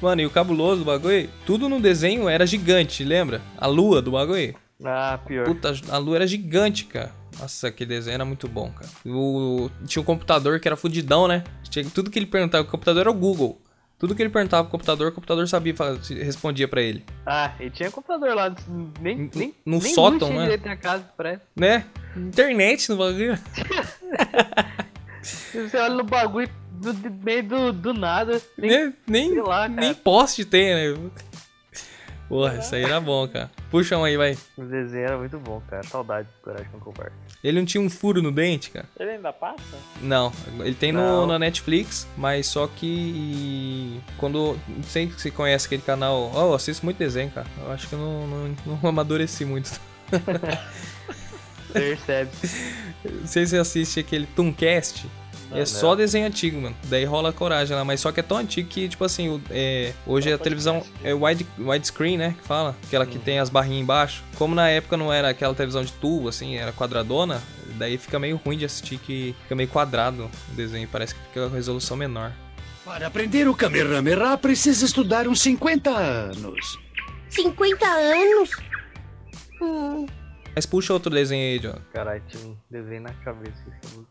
Mano, e o cabuloso do bagulho? Tudo no desenho era gigante, lembra? A lua do bagulho?
Ah, pior.
Puta, a lua era gigante, cara. Nossa, que desenho era muito bom, cara. O, tinha um computador que era fudidão, né? Tinha, tudo que ele perguntava, o computador era o Google. Tudo que ele perguntava pro computador, o computador sabia, fa- respondia pra ele.
Ah, e tinha computador lá, nem, nem
No
nem
sótão,
tinha
né?
direito na casa, parece.
Né? Internet no bagulho.
Você olha no bagulho do, do meio do, do nada, assim. nem
Nem, né? nem,
sei lá, cara.
nem poste tem, né? Porra, isso aí era bom, cara. Puxa um aí, vai.
o desenho era muito bom, cara. Saudade do Coragem com Covarde.
Ele não tinha um furo no dente, cara?
Ele ainda passa?
Não, ele tem no,
Não.
na Netflix, mas só que quando não sei se você conhece aquele canal, oh, eu assisto muito desenho, cara. Eu acho que eu não, não, não amadureci muito.
Percebe.
Não sei se você assiste aquele Tooncast. é só desenho antigo, mano. Daí rola coragem lá, mas só que é tão antigo que, tipo assim, o- é, hoje a televisão é wide- widescreen, né? Que fala. Aquela que tem as barrinhas embaixo. Como na época não era aquela televisão de tubo, assim, era quadradona, daí fica meio ruim de assistir, que fica meio quadrado o desenho. Parece que fica com a resolução menor.
Para aprender o Kamehameha, precisa estudar uns 50 anos.
50 anos? Hum.
Mas puxa outro desenho aí, John.
Caralho, tinha um desenho na cabeça. esqueci.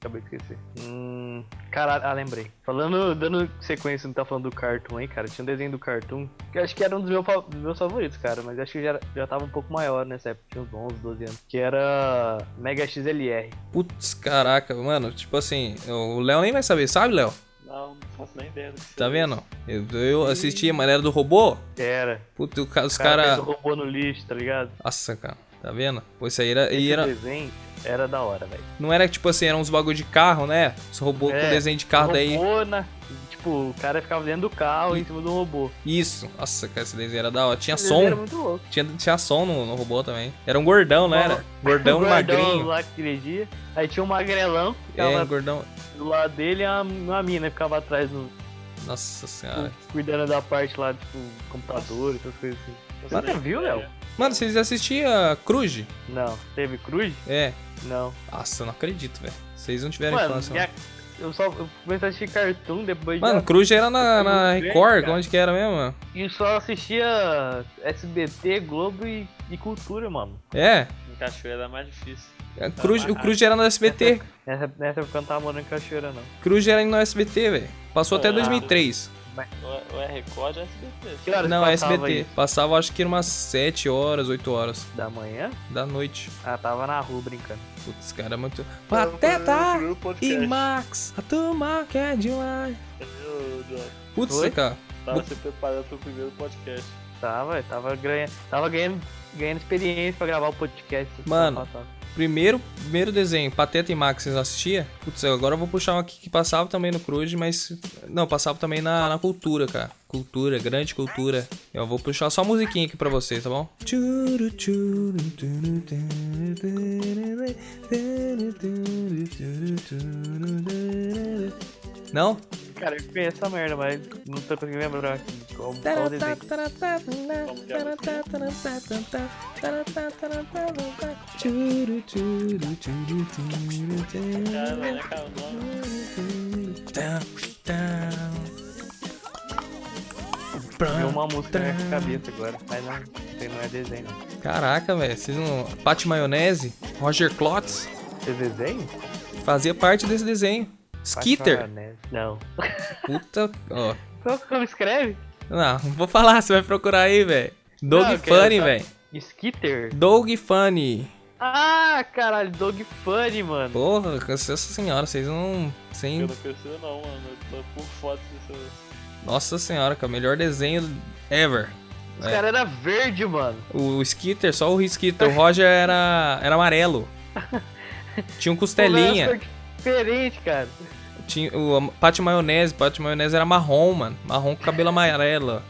Acabei de esquecer. Hum. Caralho, ah, lembrei. Falando, dando sequência, não tá falando do Cartoon aí, cara. Tinha um desenho do Cartoon. Que eu acho que era um dos, meu fa- dos meus favoritos, cara. Mas acho que eu já, já tava um pouco maior nessa época. Tinha uns 11, 12 anos. Que era Mega XLR.
Putz, caraca, mano, tipo assim, o Léo nem vai saber, sabe, Léo?
Não, não faço nem ideia do que
Tá vendo? Eu, eu assistia, mas era do robô?
Era.
Putz, o ca- os
O cara,
caras.
fez o robô no lixo, tá ligado?
Nossa, cara, tá vendo? Pô, isso aí era. E
Esse
era
desenho era da hora, velho.
não era tipo assim, eram uns bagulho de carro, né? Os robô com
É,
desenho de carro daí.
Robô na... Tipo, o cara ficava dentro do carro em cima do robô.
Isso. Nossa, cara, esse desenho era da hora. Tinha
Esse desenho Era
som.
muito louco.
Tinha, tinha som no, no robô também. Era um gordão, não era? Gordão
O
magrinho.
lá que dirigia. Aí tinha um magrelão que
É,
ficava
um gordão.
do lado dele e uma, uma mina ficava atrás no,
Nossa senhora.
cuidando da parte lá, tipo, computador, essas coisas assim. Você nunca viu, Léo?
Mano, vocês assistiam Cruz?
Não. Teve Cruz?
É.
Não.
Nossa, eu não acredito, velho. Vocês não tiveram
Mano,
infância.
minha- eu só eu comecei a assistir cartoon depois
não. Mano, Cruz era na, na
Cruz,
Record,
cara.
onde que era mesmo?
E só assistia SBT, Globo e, e Cultura, mano.
É.
Em cachoeira é mais difícil.
A Cruz, o Cruz era no SBT.
Nessa, nessa época eu não tava morando em Cachoeira, não.
Cruz era no SBT, velho. Passou até
Ah.
2003.
Ou é Record ou é SBT.
Que horas
Não,
passava
SBT.
isso?
Passava acho que umas 7 horas, 8 horas
Da manhã?
da noite.
Ah, tava na rua brincando.
Putz, cara, é muito.
Então,
Pateta
Meu podcast.
e Max, a turma quer demais.
Meu Deus.
Putz,
Oi?
cara.
Tava se preparando pro primeiro podcast.
Tava, tava ganhando. Tava ganhando, ganhando experiência pra gravar o podcast.
Mano.
Tava- tava-
Primeiro, primeiro desenho, Pateta e Max, vocês assistiam? Putz, agora eu vou puxar um aqui que passava também no Cruz, mas. Não, passava também na, na cultura, cara. Cultura, grande cultura. Eu vou puxar só a musiquinha aqui pra vocês, tá bom? Tchuru, tchuru, turu, turu, turu, turu, turu, turu, turu, turu. Não?
Cara, eu conheço essa merda, mas não tô conseguindo lembrar aqui qual, qual desenho.
Cara, né, cara, o nome.
Deu uma música na minha cabeça agora, mas não, isso aí não é desenho. não.
Caraca, velho, vocês não. Pate Maionese, Roger Klotz,
É desenho?
fazia parte desse desenho. Skitter.
Maionese. Não.
Puta. Ó.
Qual que me escreve?
Não, não vou falar, você vai procurar aí, velho. Dog
Não, eu quero
Funny,
só-
velho.
Skitter?
Dog Funny.
Ah, caralho, Dog Funny, mano.
Porra, nossa senhora, vocês não. Sem
Eu não conhecia não, mano. Eu tô por foto disso.
Nossa senhora, cara, melhor desenho ever.
Os
É.
caras eram verde, mano.
O Skitter, só o Skitter. O Roger era, era amarelo. Tinha um
Pô,
costelinha.
mas foi Diferente, cara.
Tinha o Pate Maionese. Pate Maionese era marrom, mano. Marrom com cabelo amarelo.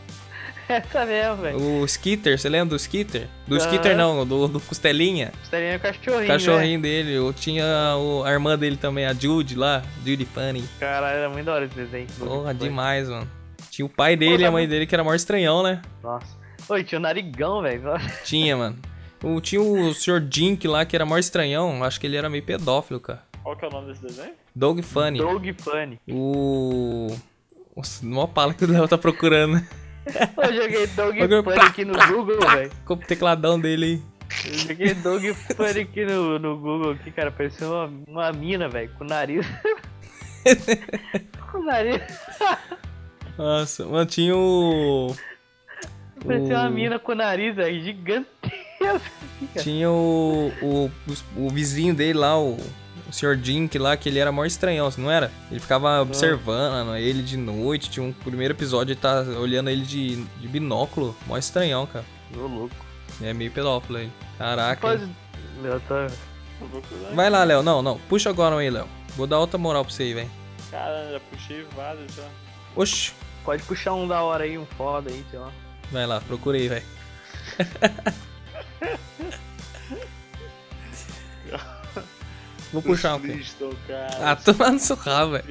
Essa mesmo, velho.
O Skitter, você lembra do Skitter? Do
Aham.
Skitter não, do, do Costelinha.
Gostaria do cachorrinho.
O
Né?
cachorrinho dele. Eu tinha o, a irmã dele também, a Jude lá. Judy Funny.
Caralho, era muito da hora esse desenho.
Porra,
Foi.
demais, mano. Tinha o pai dele e a mãe dele que era maior estranhão, né?
Nossa. Oi, tinha o narigão, velho.
Tinha, mano. O, tinha o Sr. Jink lá, que era maior estranhão. Acho que ele era meio pedófilo, cara.
Qual que é o nome desse desenho?
Doug Funny.
Dog Funny.
O. Nossa, mó pala que o Léo tá procurando. né?
Eu joguei Dog
Joguei
Funny
plá,
aqui no Google, velho.
Com o tecladão dele aí.
Eu joguei Dog Funny aqui no, no Google aqui, cara. Parecia uma, uma mina, velho, com o nariz. com o nariz.
Nossa, mano, tinha o.
Parecia uma
O-
mina com o nariz, velho, gigantesco.
Tinha o. O, os- o vizinho dele lá, o. O Sr. Jink lá, que ele era maior estranhão, não era? Ele ficava
Ah.
observando ele de noite. Tinha um primeiro episódio, ele tá olhando ele de, de binóculo. Mó estranhão, cara.
Ô, louco.
É meio pedófilo aí. Caraca.
Pode. Eu tô...
Tô procurando.
Vai lá, Léo. Não, não. Puxa agora um aí, Léo. Vou dar outra moral pra você aí, velho.
Cara, já puxei vários já.
Oxi.
Pode puxar um da hora aí, um foda aí, sei lá.
Vai lá, procura aí, velho. Vou puxar um aqui.
Liston, cara.
Ah, toma no seu rabo, velho.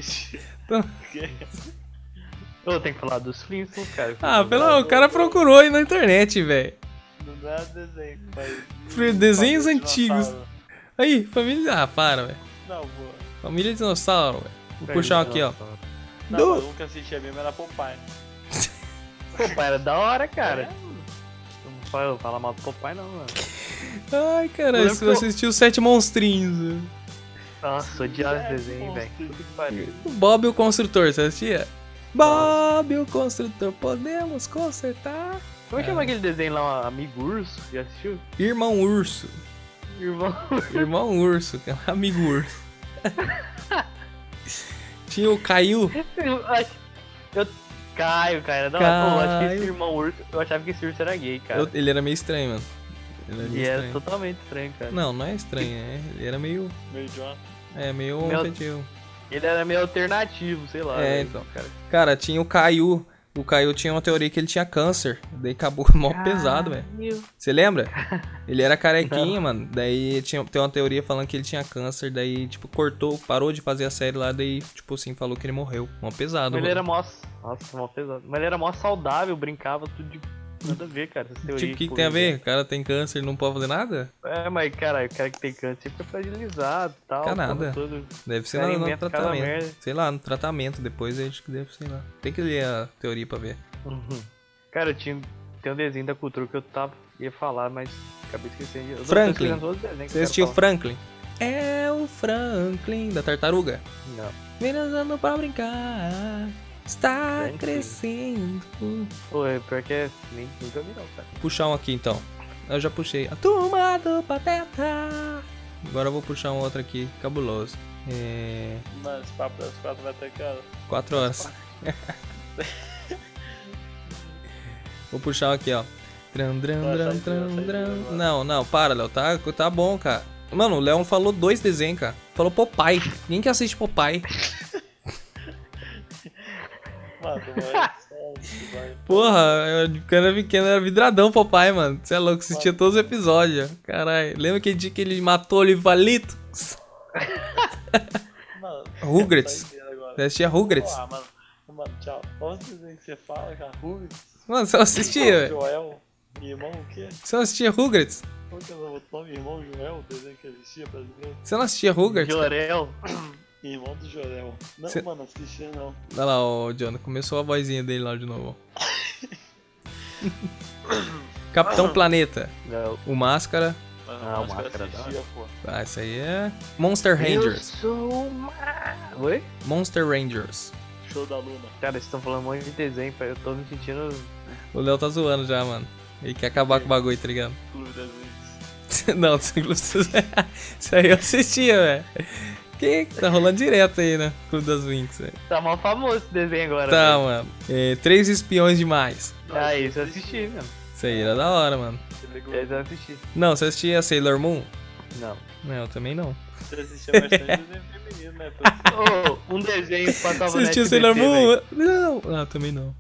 Eu tenho que falar dos Flintstones, cara.
Ah, pelo amor, o cara procurou aí na internet, velho.
Não dá desenho, mas...
Fre- desenhos
Família
antigos.
dinossauro.
Aí, família. Ah, para, velho.
Não, boa.
Família dinossauro, velho. Vou puxar um
né?
aqui, ó.
Não,
Do-
mas um que eu assistia mesmo era Popeye.
Popeye era da hora, cara. É, Não fala, fala mal do Popeye, não, mano.
Ai,
Eu
cara, se
lembro
você
que eu-
assistiu os Sete Monstrinhos. né? velho.
Nossa, odiava esse
É,
desenho, velho.
monstro.
Puta que pariu.
O Bob o Construtor, você assistia? Bob o Construtor, podemos consertar?
Como é que chama aquele desenho lá, Amigo Urso? Já assistiu?
Irmão Urso.
Irmão.
Irmão Urso, cara. Amigo Urso. Tinha o Caiu.
Eu acho- Eu. Caio, cara. é Não, eu acho que esse
Caio.
irmão urso. Eu achava que esse urso era gay, cara.
Eu- ele era meio estranho, mano. Ele era meio
E era
estranho.
totalmente estranho, cara.
Não, não é estranho, é. Ele era meio.
Meio idiota.
É, meio
Meu-
ofendivo.
Ele era meio alternativo, sei lá. né?
É,
velho,
então.
Cara.
Cara, tinha o Caiu. O Caiu tinha uma teoria que ele tinha câncer. Daí acabou mó pesado, velho. Você lembra? Ele era carequinha, mano. Daí tinha, tem uma teoria falando que ele tinha câncer. Daí, tipo, cortou, parou de fazer a série lá. Daí, tipo assim, falou que ele morreu. Mó pesado,
Mas ele
mano. Tipo,
era mó. Nossa, mó pesado. Mas ele era mó saudável, brincava tudo de Nada a ver, cara. essa
Tipo, O
teoria
que, que
por
tem a
exemplo.
ver? O cara tem câncer e não pode fazer nada?
É, mas caralho, o cara que tem câncer fica fragilizado e tal.
Fica
porra
nada.
toda.
Deve ser
Cara,
no, no
inventa cada merda.
tratamento. Sei lá, no tratamento depois a gente que deve, sei lá. Tem que ler a teoria pra ver.
Uhum. Cara, eu tinha, tem um desenho da cultura que eu tava, ia falar, mas acabei esquecendo. Eu tô
Franklin.
esquecendo todos os desenhos que
Você
eu
assistiu
quero
Franklin? É o Franklin da tartaruga.
falar. Não.
Virando pra brincar. Está
Franklin.
crescendo.
Pô, é pior que é, nem, nunca vi não, cara.
Puxar um aqui então. Eu já puxei. A turma do Pateta. Agora eu vou puxar um outro aqui, cabuloso. É.
Mano, esse papo das quatro vai ter que. ó,
Quatro horas. Vou puxar aqui, ó. Tran, tran,
Vai,
tran,
sai de
tran,
novo, sai de
tran.
novo.
Não, não, para, Léo. Tá, tá bom, cara. Mano, o Léo falou dois desenhos, cara. Falou Popeye. Ninguém que assiste Popeye.
Mano, vai.
Porra, eu, quando era pequeno era vidradão Popeye, mano. Você é louco, assistia todos os episódios. ó. Caralho. Lembra aquele dia que ele matou o Livalito?
Mano,
Rugrats. É
tá inteiro agora.
Você assistia Rugrats?
Ah, mano. Mano, tchau. Qual os desenhos que você fala, cara? Rugrats?
Mano, você não assistia?
Joel? Irmão o quê?
Você não assistia Rugrats?
Qual que era o outro nome? Irmão Joel? O desenho que existia brasileiro?
Você não assistia Rugrats? cara?
Jorel.
Irmão do Jorel. Não,
Cê-
mano, assistia não.
Olha lá, o Jonah, começou a vozinha dele lá de novo. ó. Capitão Planeta,
Não.
o Máscara.
Ah, o Máscara da
assistia, pô.
Ah, isso aí é. Monster
Eu
Rangers.
sou uma... Oi?
Monster Rangers.
Show da Luna.
Cara, vocês estão falando um monte de desenho, pai. Eu tô me sentindo...
O Léo tá zoando já, mano. Ele quer acabar com o bagulho, tá ligado?
Clube das Vezes.
Não, isso aí eu assistia, velho. Que tá rolando direto aí, né? Clube das Winx. velho.
Tá mal famoso esse desenho agora,
Tá, mano. É, três espiões demais.
velho. Ah, isso eu assisti, mesmo.
Isso aí era da hora, mano.
Você ligou?
Esse eu assisti.
Não, você assistia Sailor Moon?
Não.
Não, eu também não.
Você assistia bastante desenho feminino, né? Pra-
Ô, um desenho que passava
Você
na
assistia
SBT,
Sailor
velho.
Moon? Não. Ah, também não.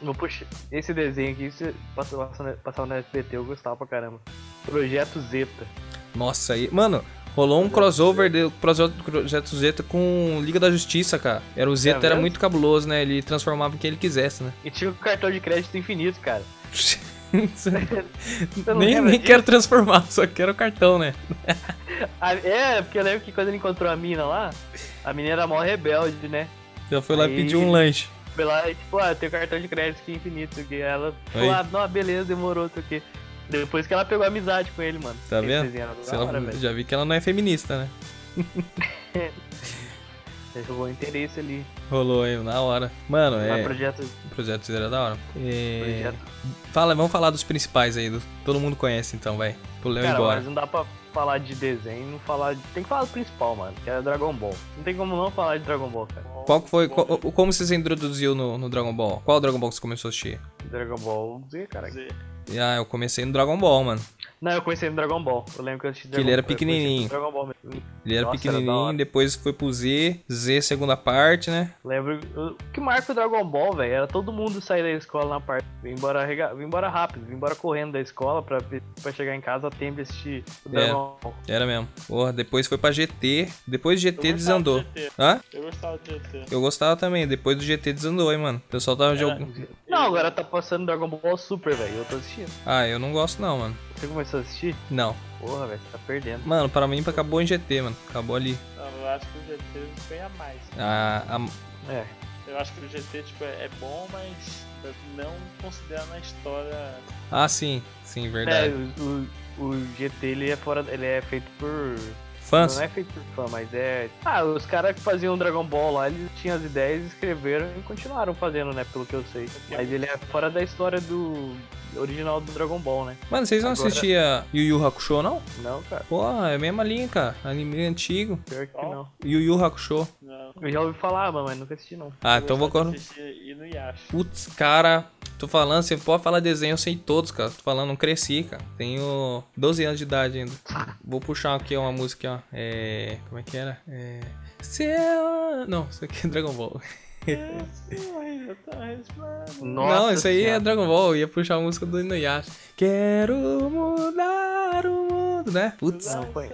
Vou puxar. Esse desenho aqui, se passava, passava na SBT, eu gostava pra caramba. Projeto Zeta.
Nossa, aí. Mano, rolou um crossover do Projeto Zeta com Liga da Justiça, cara. Era o Zeta, era
É mesmo?
muito cabuloso, né? Ele transformava em quem ele quisesse, né?
E tinha o cartão de crédito infinito, cara. não
nem
lembra
nem
disso?
quero transformar, só quero o cartão, né?
Ah, é, porque eu lembro que quando ele encontrou a mina lá, a menina era mó rebelde, né?
Eu fui lá
Aí-
pedir um lanche.
Foi lá e tipo, ah, tem cartão de crédito aqui infinito, sei o que ela
Aí.
falou, ah, não, beleza, demorou, sei o que. Depois que ela pegou amizade com ele, mano.
Tá
Esse
vendo?
desenho era da
Se ela-
hora, velho.
já vi que ela não é feminista, né?
Ele Jogou um interesse ali.
Rolou aí na hora. Mano,
Mas
é.
projeto.
O projeto Zeta era da hora. É...
projeto.
Fala, vamos falar dos principais aí. do- Todo mundo conhece então, vai. Pro Léo ir
Cara,
embora.
mas não dá pra falar de desenho, não falar de... Tem que falar do principal, mano, que é Dragon Ball. Não tem como não falar de Dragon Ball, cara.
Qual que foi. qual- como você se introduziu no, no Dragon Ball? Qual Dragon Ball que você começou a assistir?
Dragon Ball Z, cara.
Z.
Ah, eu comecei no Dragon Ball, mano.
Não, eu conheci no Dragon Ball. Eu lembro que eu assisti Dragon
ele era
eu conheci
pequenininho.
Dragon Ball mesmo.
Ele era
Nossa, era da
pequenininho,
hora.
depois foi pro Z, Z segunda parte, né?
Lembro. O que marca o Dragon Ball, velho, era todo mundo sair da escola na parte. Vim embora, rega... Vim embora rápido, vim embora correndo da escola pra, pra chegar em casa a tempo de assistir o
É.
Dragon Ball.
Era mesmo. Porra, depois foi pra GT, depois do GT
Eu gostava
desandou.
do GT.
Hã?
Eu gostava de GT.
Eu gostava também, depois do GT desandou, hein, mano. O pessoal tava jogando.
Não, agora tá passando Dragon Ball Super, velho. Eu tô assistindo.
Ah, eu não gosto não, mano.
Você começou a assistir?
Não.
Porra, velho, você tá perdendo.
Mano, pra mim acabou em GT, mano. Acabou ali. Ah,
Não, eu acho que o GT ganha mais.
A, a-
É.
Eu acho que o GT tipo, é é bom, mas eu não considero na história.
Ah, sim. Sim,
É,
verdade.
o, o, o GT ele é fora. Ele é feito por.
Fãs?
Não é feito por fã, mas é. Ah, os caras que faziam Dragon Ball lá, eles tinham as ideias, escreveram e continuaram fazendo, né? Pelo que eu sei. Mas ele é fora da história do. original do Dragon Ball, né?
Mano, vocês não
Agora-
assistiam Yu Yu Hakusho, não?
Não, cara,
Porra, é a mesma linha, cara. Anime antigo.
pior que
Ó.
não.
Yu Yu Hakusho.
Não.
Eu já ouvi falar, mas nunca assisti não.
Ah, então vou...
gostava
cor-
de assistir E no Yasha.
Putz, cara, tô falando, você pode falar desenho, eu sei todos, cara. Tô falando, não cresci, cara. Tenho 12 anos de idade ainda. Vou puxar aqui uma música, ó. É. Como é que era? É. Seu. Não, isso aqui é Dragon Ball.
Nossa
não, isso aí é
senhora.
Dragon Ball. Eu ia puxar a música do Inuyasha. Quero mudar o mundo, né? Putz.
Não foi.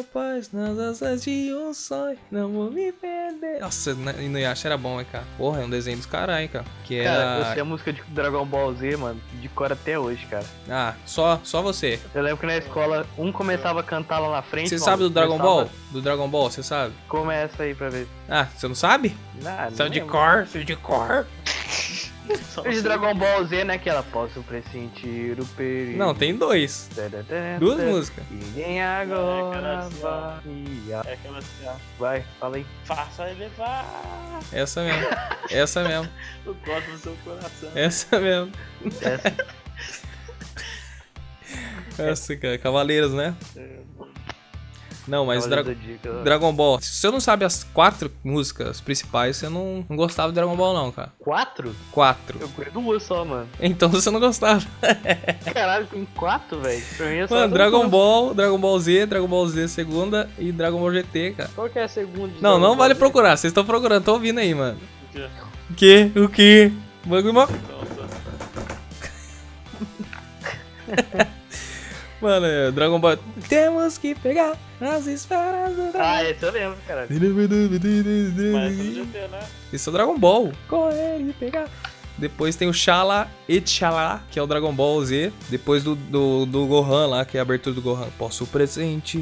Após nas asas de um sonho, não vou me perder. dele. Nossa, Na- Inuyasha era bom, hein, cara. Porra, é um desenho dos caralho, cara. Que
Cara, é
era.
eu sei a música de Dragon Ball Z, mano, de cor até hoje, cara.
Ah, só, só você.
Eu lembro que na escola um começava a cantar lá na frente.
Você
mano,
sabe do Dragon
começava-
Ball? Do Dragon Ball, você sabe?
Começa aí pra ver.
Ah, você não sabe?
Ah,
Sabe de
lembro.
cor, sabe de cor.
O de Dragon Ball Z, né? Que ela posso pressentir o perigo.
Não, tem dois.
Tadadã,
Duas
tadã.
músicas.
Ninguém agora
Ai, que
vai.
É aquela assim, ó.
Vai, fala aí.
Faça elevar
Essa mesmo. Essa mesmo.
o gosto do seu coração.
Essa mesmo.
Essa.
Essa, cara. Cavaleiros, né?
É.
Não, mas
Cavaleiro
Dra
Zodíaco, ó.
Dragon Ball. Se você não sabe as quatro músicas principais, você não, não gostava de Dragon Ball, não, cara.
Quatro?
Quatro.
Eu conheço duas só, mano.
Então você não gostava.
Caralho, tem quatro, velho. Pra mim é só
Mano,
duas.
Dragon Ball, Dragon Ball Z, Dragon Ball Z segunda e Dragon Ball GT, cara.
Qual que é a segunda? de
Não,
Dragon
não
Ball
vale
Z?
procurar. Vocês estão procurando, estão ouvindo aí, mano.
O
O quê?
quê?
O quê? Bagulho mó-
Então, tá.
Mano, é, Dragon Ball. Temos que pegar as esferas do
Ah, esse eu lembro, caralho.
Mas é do GT, né?
Isso é o Dragon Ball. Correr e pegar. Depois tem o Shala Etchala, que é o Dragon Ball Z. Depois do, do, do Gohan lá, que é a abertura do Gohan. Posso o presente,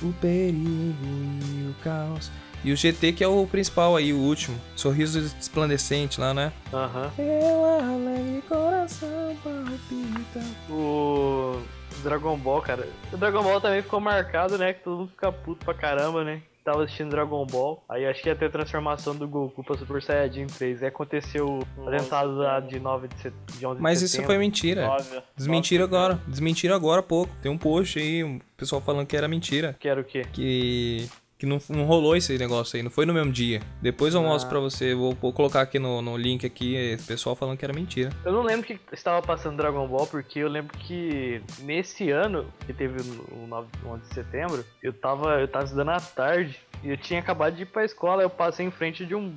o perigo e o caos. E o GT, que é o principal aí, o último. Sorriso resplandecente lá, né?
Aham.
Eu alegre coração palpita.
O Dragon Ball, cara. O Dragon Ball também ficou marcado, né? Que todo mundo fica puto pra caramba, né? Tava assistindo Dragon Ball. Aí acho que ia ter a transformação do Goku pra Super Saiyajin 3. Aí aconteceu o atentado lá de 9 de, set... de 11
Mas
de
isso
setembro.
foi mentira.
Nove.
Desmentiram
Nove.
agora. Desmentiram agora há pouco. Tem um post aí, o pessoal falando que era mentira.
Que era o quê?
que, que não, não rolou esse negócio aí, não foi no mesmo dia. Depois eu
Ah.
mostro pra você, vou, vou colocar aqui no, no link aqui, esse pessoal falando que era mentira.
Eu não lembro que estava passando Dragon Ball, porque eu lembro que nesse ano, que teve o 9, o 11 de setembro, eu tava, eu tava estudando à tarde e eu tinha acabado de ir pra escola. Eu passei em frente de um,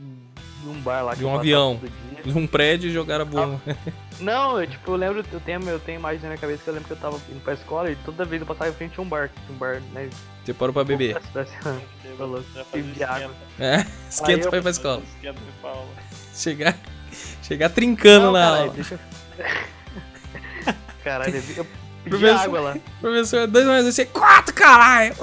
de um bar lá.
De
que
um
eu passava
avião.
todo dia.
Num prédio jogaram a bomba.
Ah. Não, eu tipo, eu lembro, eu tenho, eu tenho imagem na minha cabeça que eu lembro que eu tava indo pra escola e toda vez eu passava em frente a um bar, um bar, né?
Você parou pra beber.
Da cidade. Falou.
Já fazia
Tipo de água.
esquenta.
É,
Aí
esquenta
eu-
pra ir pra escola.
Esquenta de Paula.
Chegar, chegar trincando
Não,
na
caralho,
aula.
deixa eu- Caralho, eu pedi
Professor-
água lá.
Professor, dois mais dois, você é quatro, caralho!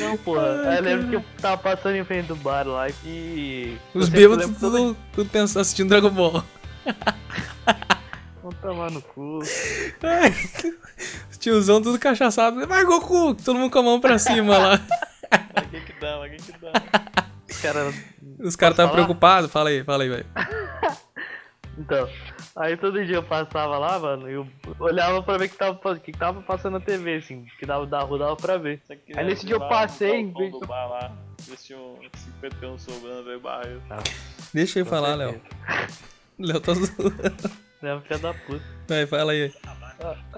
Não, porra. Aí eu lembro que eu tava passando em frente do bar lá e.
Os
eu sempre
bêbados
lembro
tudo, tudo pensando, assistindo Dragon Ball.
Vão tomar no cu.
Ai, Os tiozão tudo cachaçado. Vai, Goku! Todo mundo com a mão pra cima lá.
Mas quem que dá, mas quem que dá?
Os caras.
Os caras estavam
falar?
preocupados. Fala aí, fala aí, velho.
Então. Aí todo dia eu passava lá, mano, e eu olhava pra ver o que tava, o que tava passando na TV, assim, que dava da rua, dava pra ver.
Você quer
Aí nesse
ir
dia eu
lá
passei,
no
em vez
balcão do bar lá. Eles tinham 51 sobrando aí, barril.
Deixa eu falar, Léo. Léo tá zoando.
Né, filha da puta.
Vai, fala aí.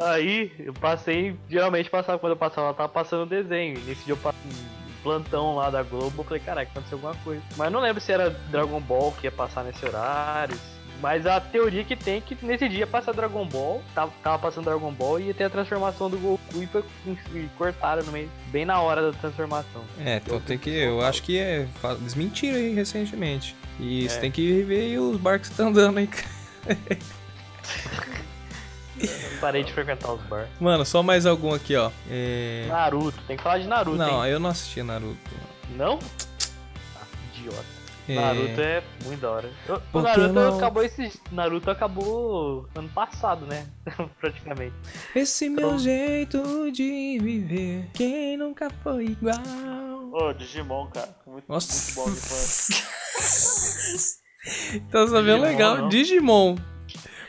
Aí eu passei, geralmente passava quando eu passava, ela tava passando desenho. E Nesse dia eu passei um plantão lá da Globo, eu falei, caraca, aconteceu alguma coisa. Mas não lembro se era Dragon Ball que ia passar nesse horário. Mas a teoria que tem é que nesse dia ia passar Dragon Ball, tava, tava passando Dragon Ball e ia ter a transformação do Goku e, foi, e cortaram no meio, bem na hora da transformação.
É, então tem que. Eu acho que é. fa- Desmentiram aí recentemente. E
É.
você tem que rever aí os barcos que estão andando aí. cara.
Parei de frequentar os bar.
Mano, só mais algum aqui, ó. É...
Naruto, tem que falar de Naruto,
Não,
hein?
eu não assisti Naruto.
Não? Ah, idiota.
É...
Naruto é muito da hora. O- O
Pokémon.
Naruto acabou esse. Naruto acabou ano passado, né? Praticamente.
Esse meu jeito de viver, quem nunca foi igual.
Ô, Digimon, cara. Muito, muito bom de fã.
Nossa. tá sabendo
Digimon,
legal.
não.
Digimon.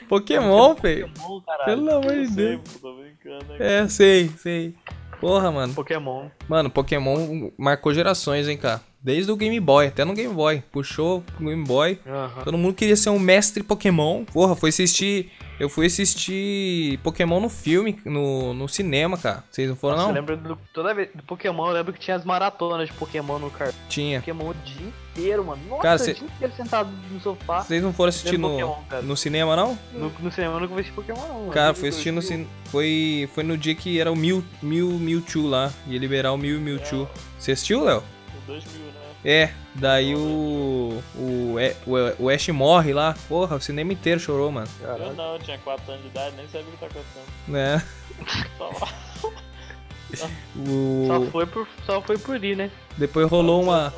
Pokémon, feio.
Pokémon, caralho.
Pelo amor de
Sei,
Deus.
pô, tô brincando. né?
É, sei, sei. Porra, mano.
Pokémon.
Mano, Pokémon marcou gerações, hein, cara. Desde o Game Boy, até no Game Boy. Puxou o Game Boy. Todo mundo queria ser um mestre Pokémon. Porra, foi assistir. Eu fui assistir Pokémon no filme, no, no cinema, cara. Vocês não foram,
Eu
não?
lembro do, toda vez do Pokémon, eu lembro que tinha as maratonas de Pokémon no car.
Tinha.
Pokémon o dia inteiro, mano. Nossa,
Cara,
o
cê-
dia inteiro sentado no sofá.
Vocês não foram assistir
Lembro
no,
Pokémon, cara.
no cinema, não?
No, no cinema eu nunca vi esse Pokémon, não. mano.
Cara,
Eu
foi assim assistir no
vi-
cin... foi, foi no dia que era o Mew, Mew, Mewtwo lá. Ia liberar o Mew e Mewtwo.
É.
Você assistiu, Léo?
Em 2000, né?
É, daí o. O, E- o, o Ash morre lá. Porra, o cinema inteiro chorou, mano.
Eu não, eu tinha 4 anos de idade, nem sabia o que tá acontecendo.
Né?
Só lá.
Só
O...
foi, por, só foi por ir, né?
Depois rolou uma.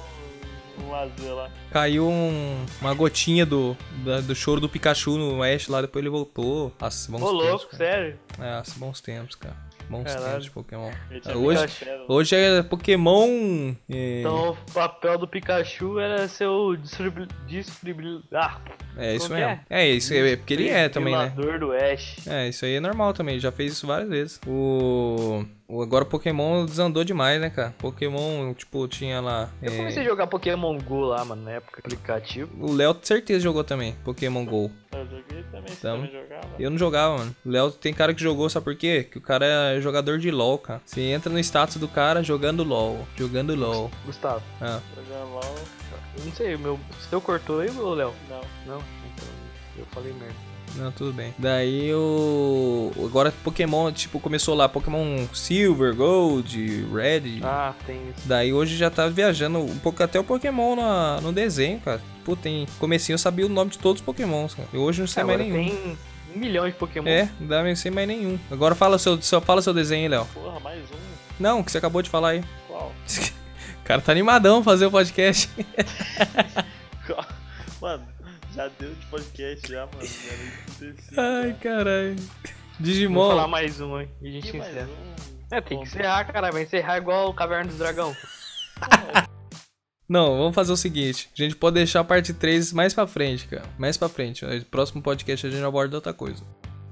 Um lazer lá.
Caiu um- uma gotinha do, da- do choro do Pikachu no Ash lá, depois ele voltou. Nossa, bons
Ô, louco,
tempos. Cara.
sério.
É, nossa, bons tempos, cara. Bons
Caralho.
tempos de Pokémon. Ah,
Ele tinha
Hoje,
Pikachu, né?
hoje é Pokémon. É,
Então o papel do Pikachu era ser o distribu... distribu... Ah,
é isso
como que é?
mesmo. É isso, é porque ele é também, né?
desfibrilador do Ash.
É, isso aí é normal também, já fez isso várias vezes. O. o- agora o Pokémon desandou demais, né, cara? Pokémon, tipo, tinha lá.
Eu
é,
comecei a jogar Pokémon GO lá, mano, na época aplicativo.
O Léo certeza jogou também, Pokémon GO.
Eu joguei também, você
Então.
também jogava.
Eu não jogava, mano. O Léo tem cara que jogou, sabe por quê? Que o cara é jogador de LOL, cara. Você entra no status do cara jogando LOL. Jogando LOL.
Gustavo,
Ah,
Jogava LOL,
eu não sei, o meu. O seu cortou aí, ô Léo?
não.
Não? Então, eu falei merda.
não, tudo bem. Daí o. Agora Pokémon, tipo, começou lá, Pokémon Silver, Gold, Red.
Ah, tem isso.
Daí hoje já tá viajando um pouco até o Pokémon na- no desenho, cara. Pô, tem. Comecinho eu sabia o nome de todos os Pokémons, cara. E hoje eu não sei
É, Agora
mais nenhum.
tem um milhão de Pokémon.
É, dá não sei mais nenhum. Agora fala seu, só fala seu desenho aí, Léo.
Porra, mais um.
Não, o que você acabou de falar aí.
Qual?
O cara tá animadão fazer o podcast.
Qual? Mano, já deu de podcast já, mano. Já deu de
Ai, caralho.
Vou falar
Digimon.
mais um aí e a gente
que mais
encerra.
um.
É, tem que encerrar, cara. Vai encerrar igual o Caverna dos Dragão.
Não, vamos fazer o seguinte. A gente pode deixar a parte 3 mais pra frente, cara. Mais pra frente. Aí, Próximo podcast a gente aborda outra coisa.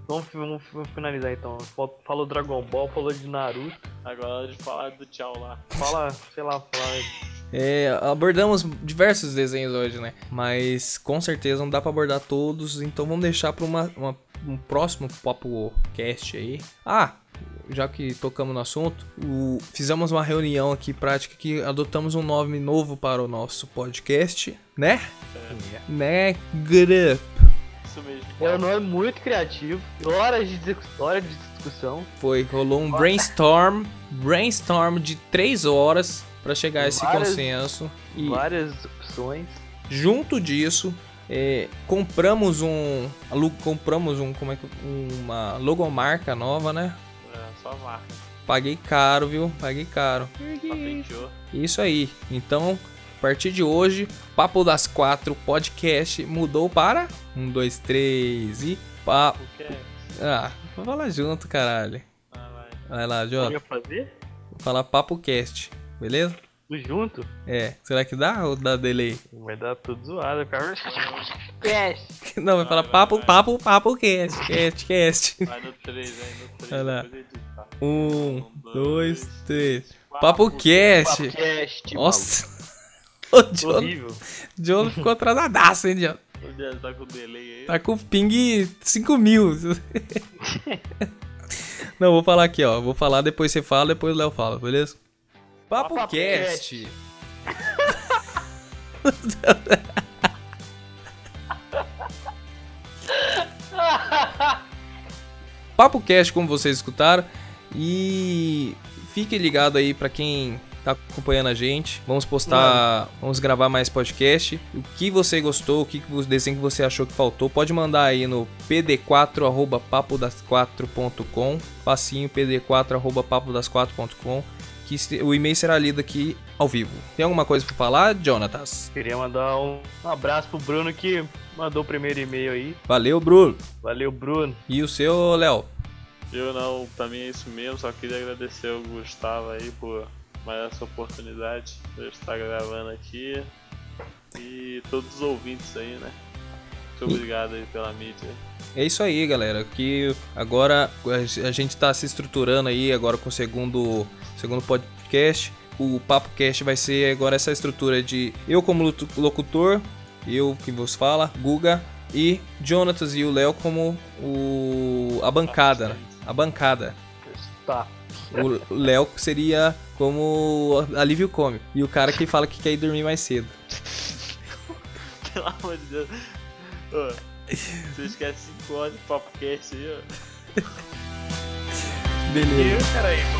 Vamos, vamos- vamos finalizar então. Fal- Falou Dragon Ball, falou de Naruto.
Agora é hora de falar do tchau lá.
Fala, sei lá, fala.
É, abordamos diversos desenhos hoje, né? Mas com certeza não dá pra abordar todos, então vamos deixar pra uma, uma- um próximo popcast aí. Ah, já que tocamos no assunto, o- fizemos uma reunião aqui prática que adotamos um nome novo para o nosso podcast, né? Né, grupo.
Isso mesmo.
É um nome muito criativo. Horas de, discu- horas de discussão.
Foi, rolou um brainstorm, brainstorm de três horas pra chegar a esse
Várias-
consenso. E
Várias opções.
Junto disso, é, compramos um. alu- Compramos um. Como é que. Uma logomarca nova, né?
É, só marca.
Paguei caro, viu? Paguei caro.
Patenteou.
Isso aí. Então, a partir de hoje, Papo das Quatro podcast mudou para. Um, dois, três e. Pa...
O que é?
Ah, vou falar junto, caralho.
Ah, vai.
Vai lá,
Eu
Jota.
ia fazer?
Vou falar Papo Cast, beleza?
Tudo junto?
É. Será que dá ou dá delay?
Vai dar tudo zoado, cara. Yes.
Não, vai falar Papo, Papo, Papo Cast. Cast, Cast.
Vai no 3, aí no 3.
Vai lá. Um,
Um,
dois,
dois,
três.
Papo
PapoCast.
Podcast.
Nossa. O
maluco.
John,
Horrível.
John ficou atrasadaço, hein, John?
O Dias tá com delay aí.
Tá com ping 5 mil. Não, vou falar aqui, ó. Vou falar, depois você fala, depois o Léo fala, beleza? PapoCast. PapoCast, como vocês escutaram. E fique ligado aí pra quem tá acompanhando a gente. Vamos postar, vamos gravar mais podcast. O que você gostou, o que que o desenho que você achou que faltou, pode mandar aí no pd4@papodas4.com, facinho pd4@papodas4.com, que se- o e-mail será lido aqui ao vivo. Tem alguma coisa pra falar, Jonatas?
Queria mandar um, um abraço pro Bruno que mandou o primeiro e-mail aí.
Valeu, Bruno.
Valeu, Bruno.
E o seu, Léo?
Eu não, pra mim é isso mesmo, só queria agradecer ao Gustavo aí por mais essa oportunidade de eu estar gravando aqui. E todos os ouvintes aí, né? Muito obrigado aí pela mídia.
É isso aí, galera. Que agora a gente tá se estruturando aí agora com o segundo, segundo podcast. o Papo Cast vai ser agora essa estrutura de eu como lotu- locutor, eu que vos fala, Guga, e Jonatas e o Léo como o, a bancada, né? a bancada.
Tá.
O Léo seria como alívio cômico. E o cara que fala que quer ir dormir mais cedo.
Pelo amor de Deus. Ô, Vocês querem 5 horas de podcast aí, ó.
Beleza.
E o cara aí, pô.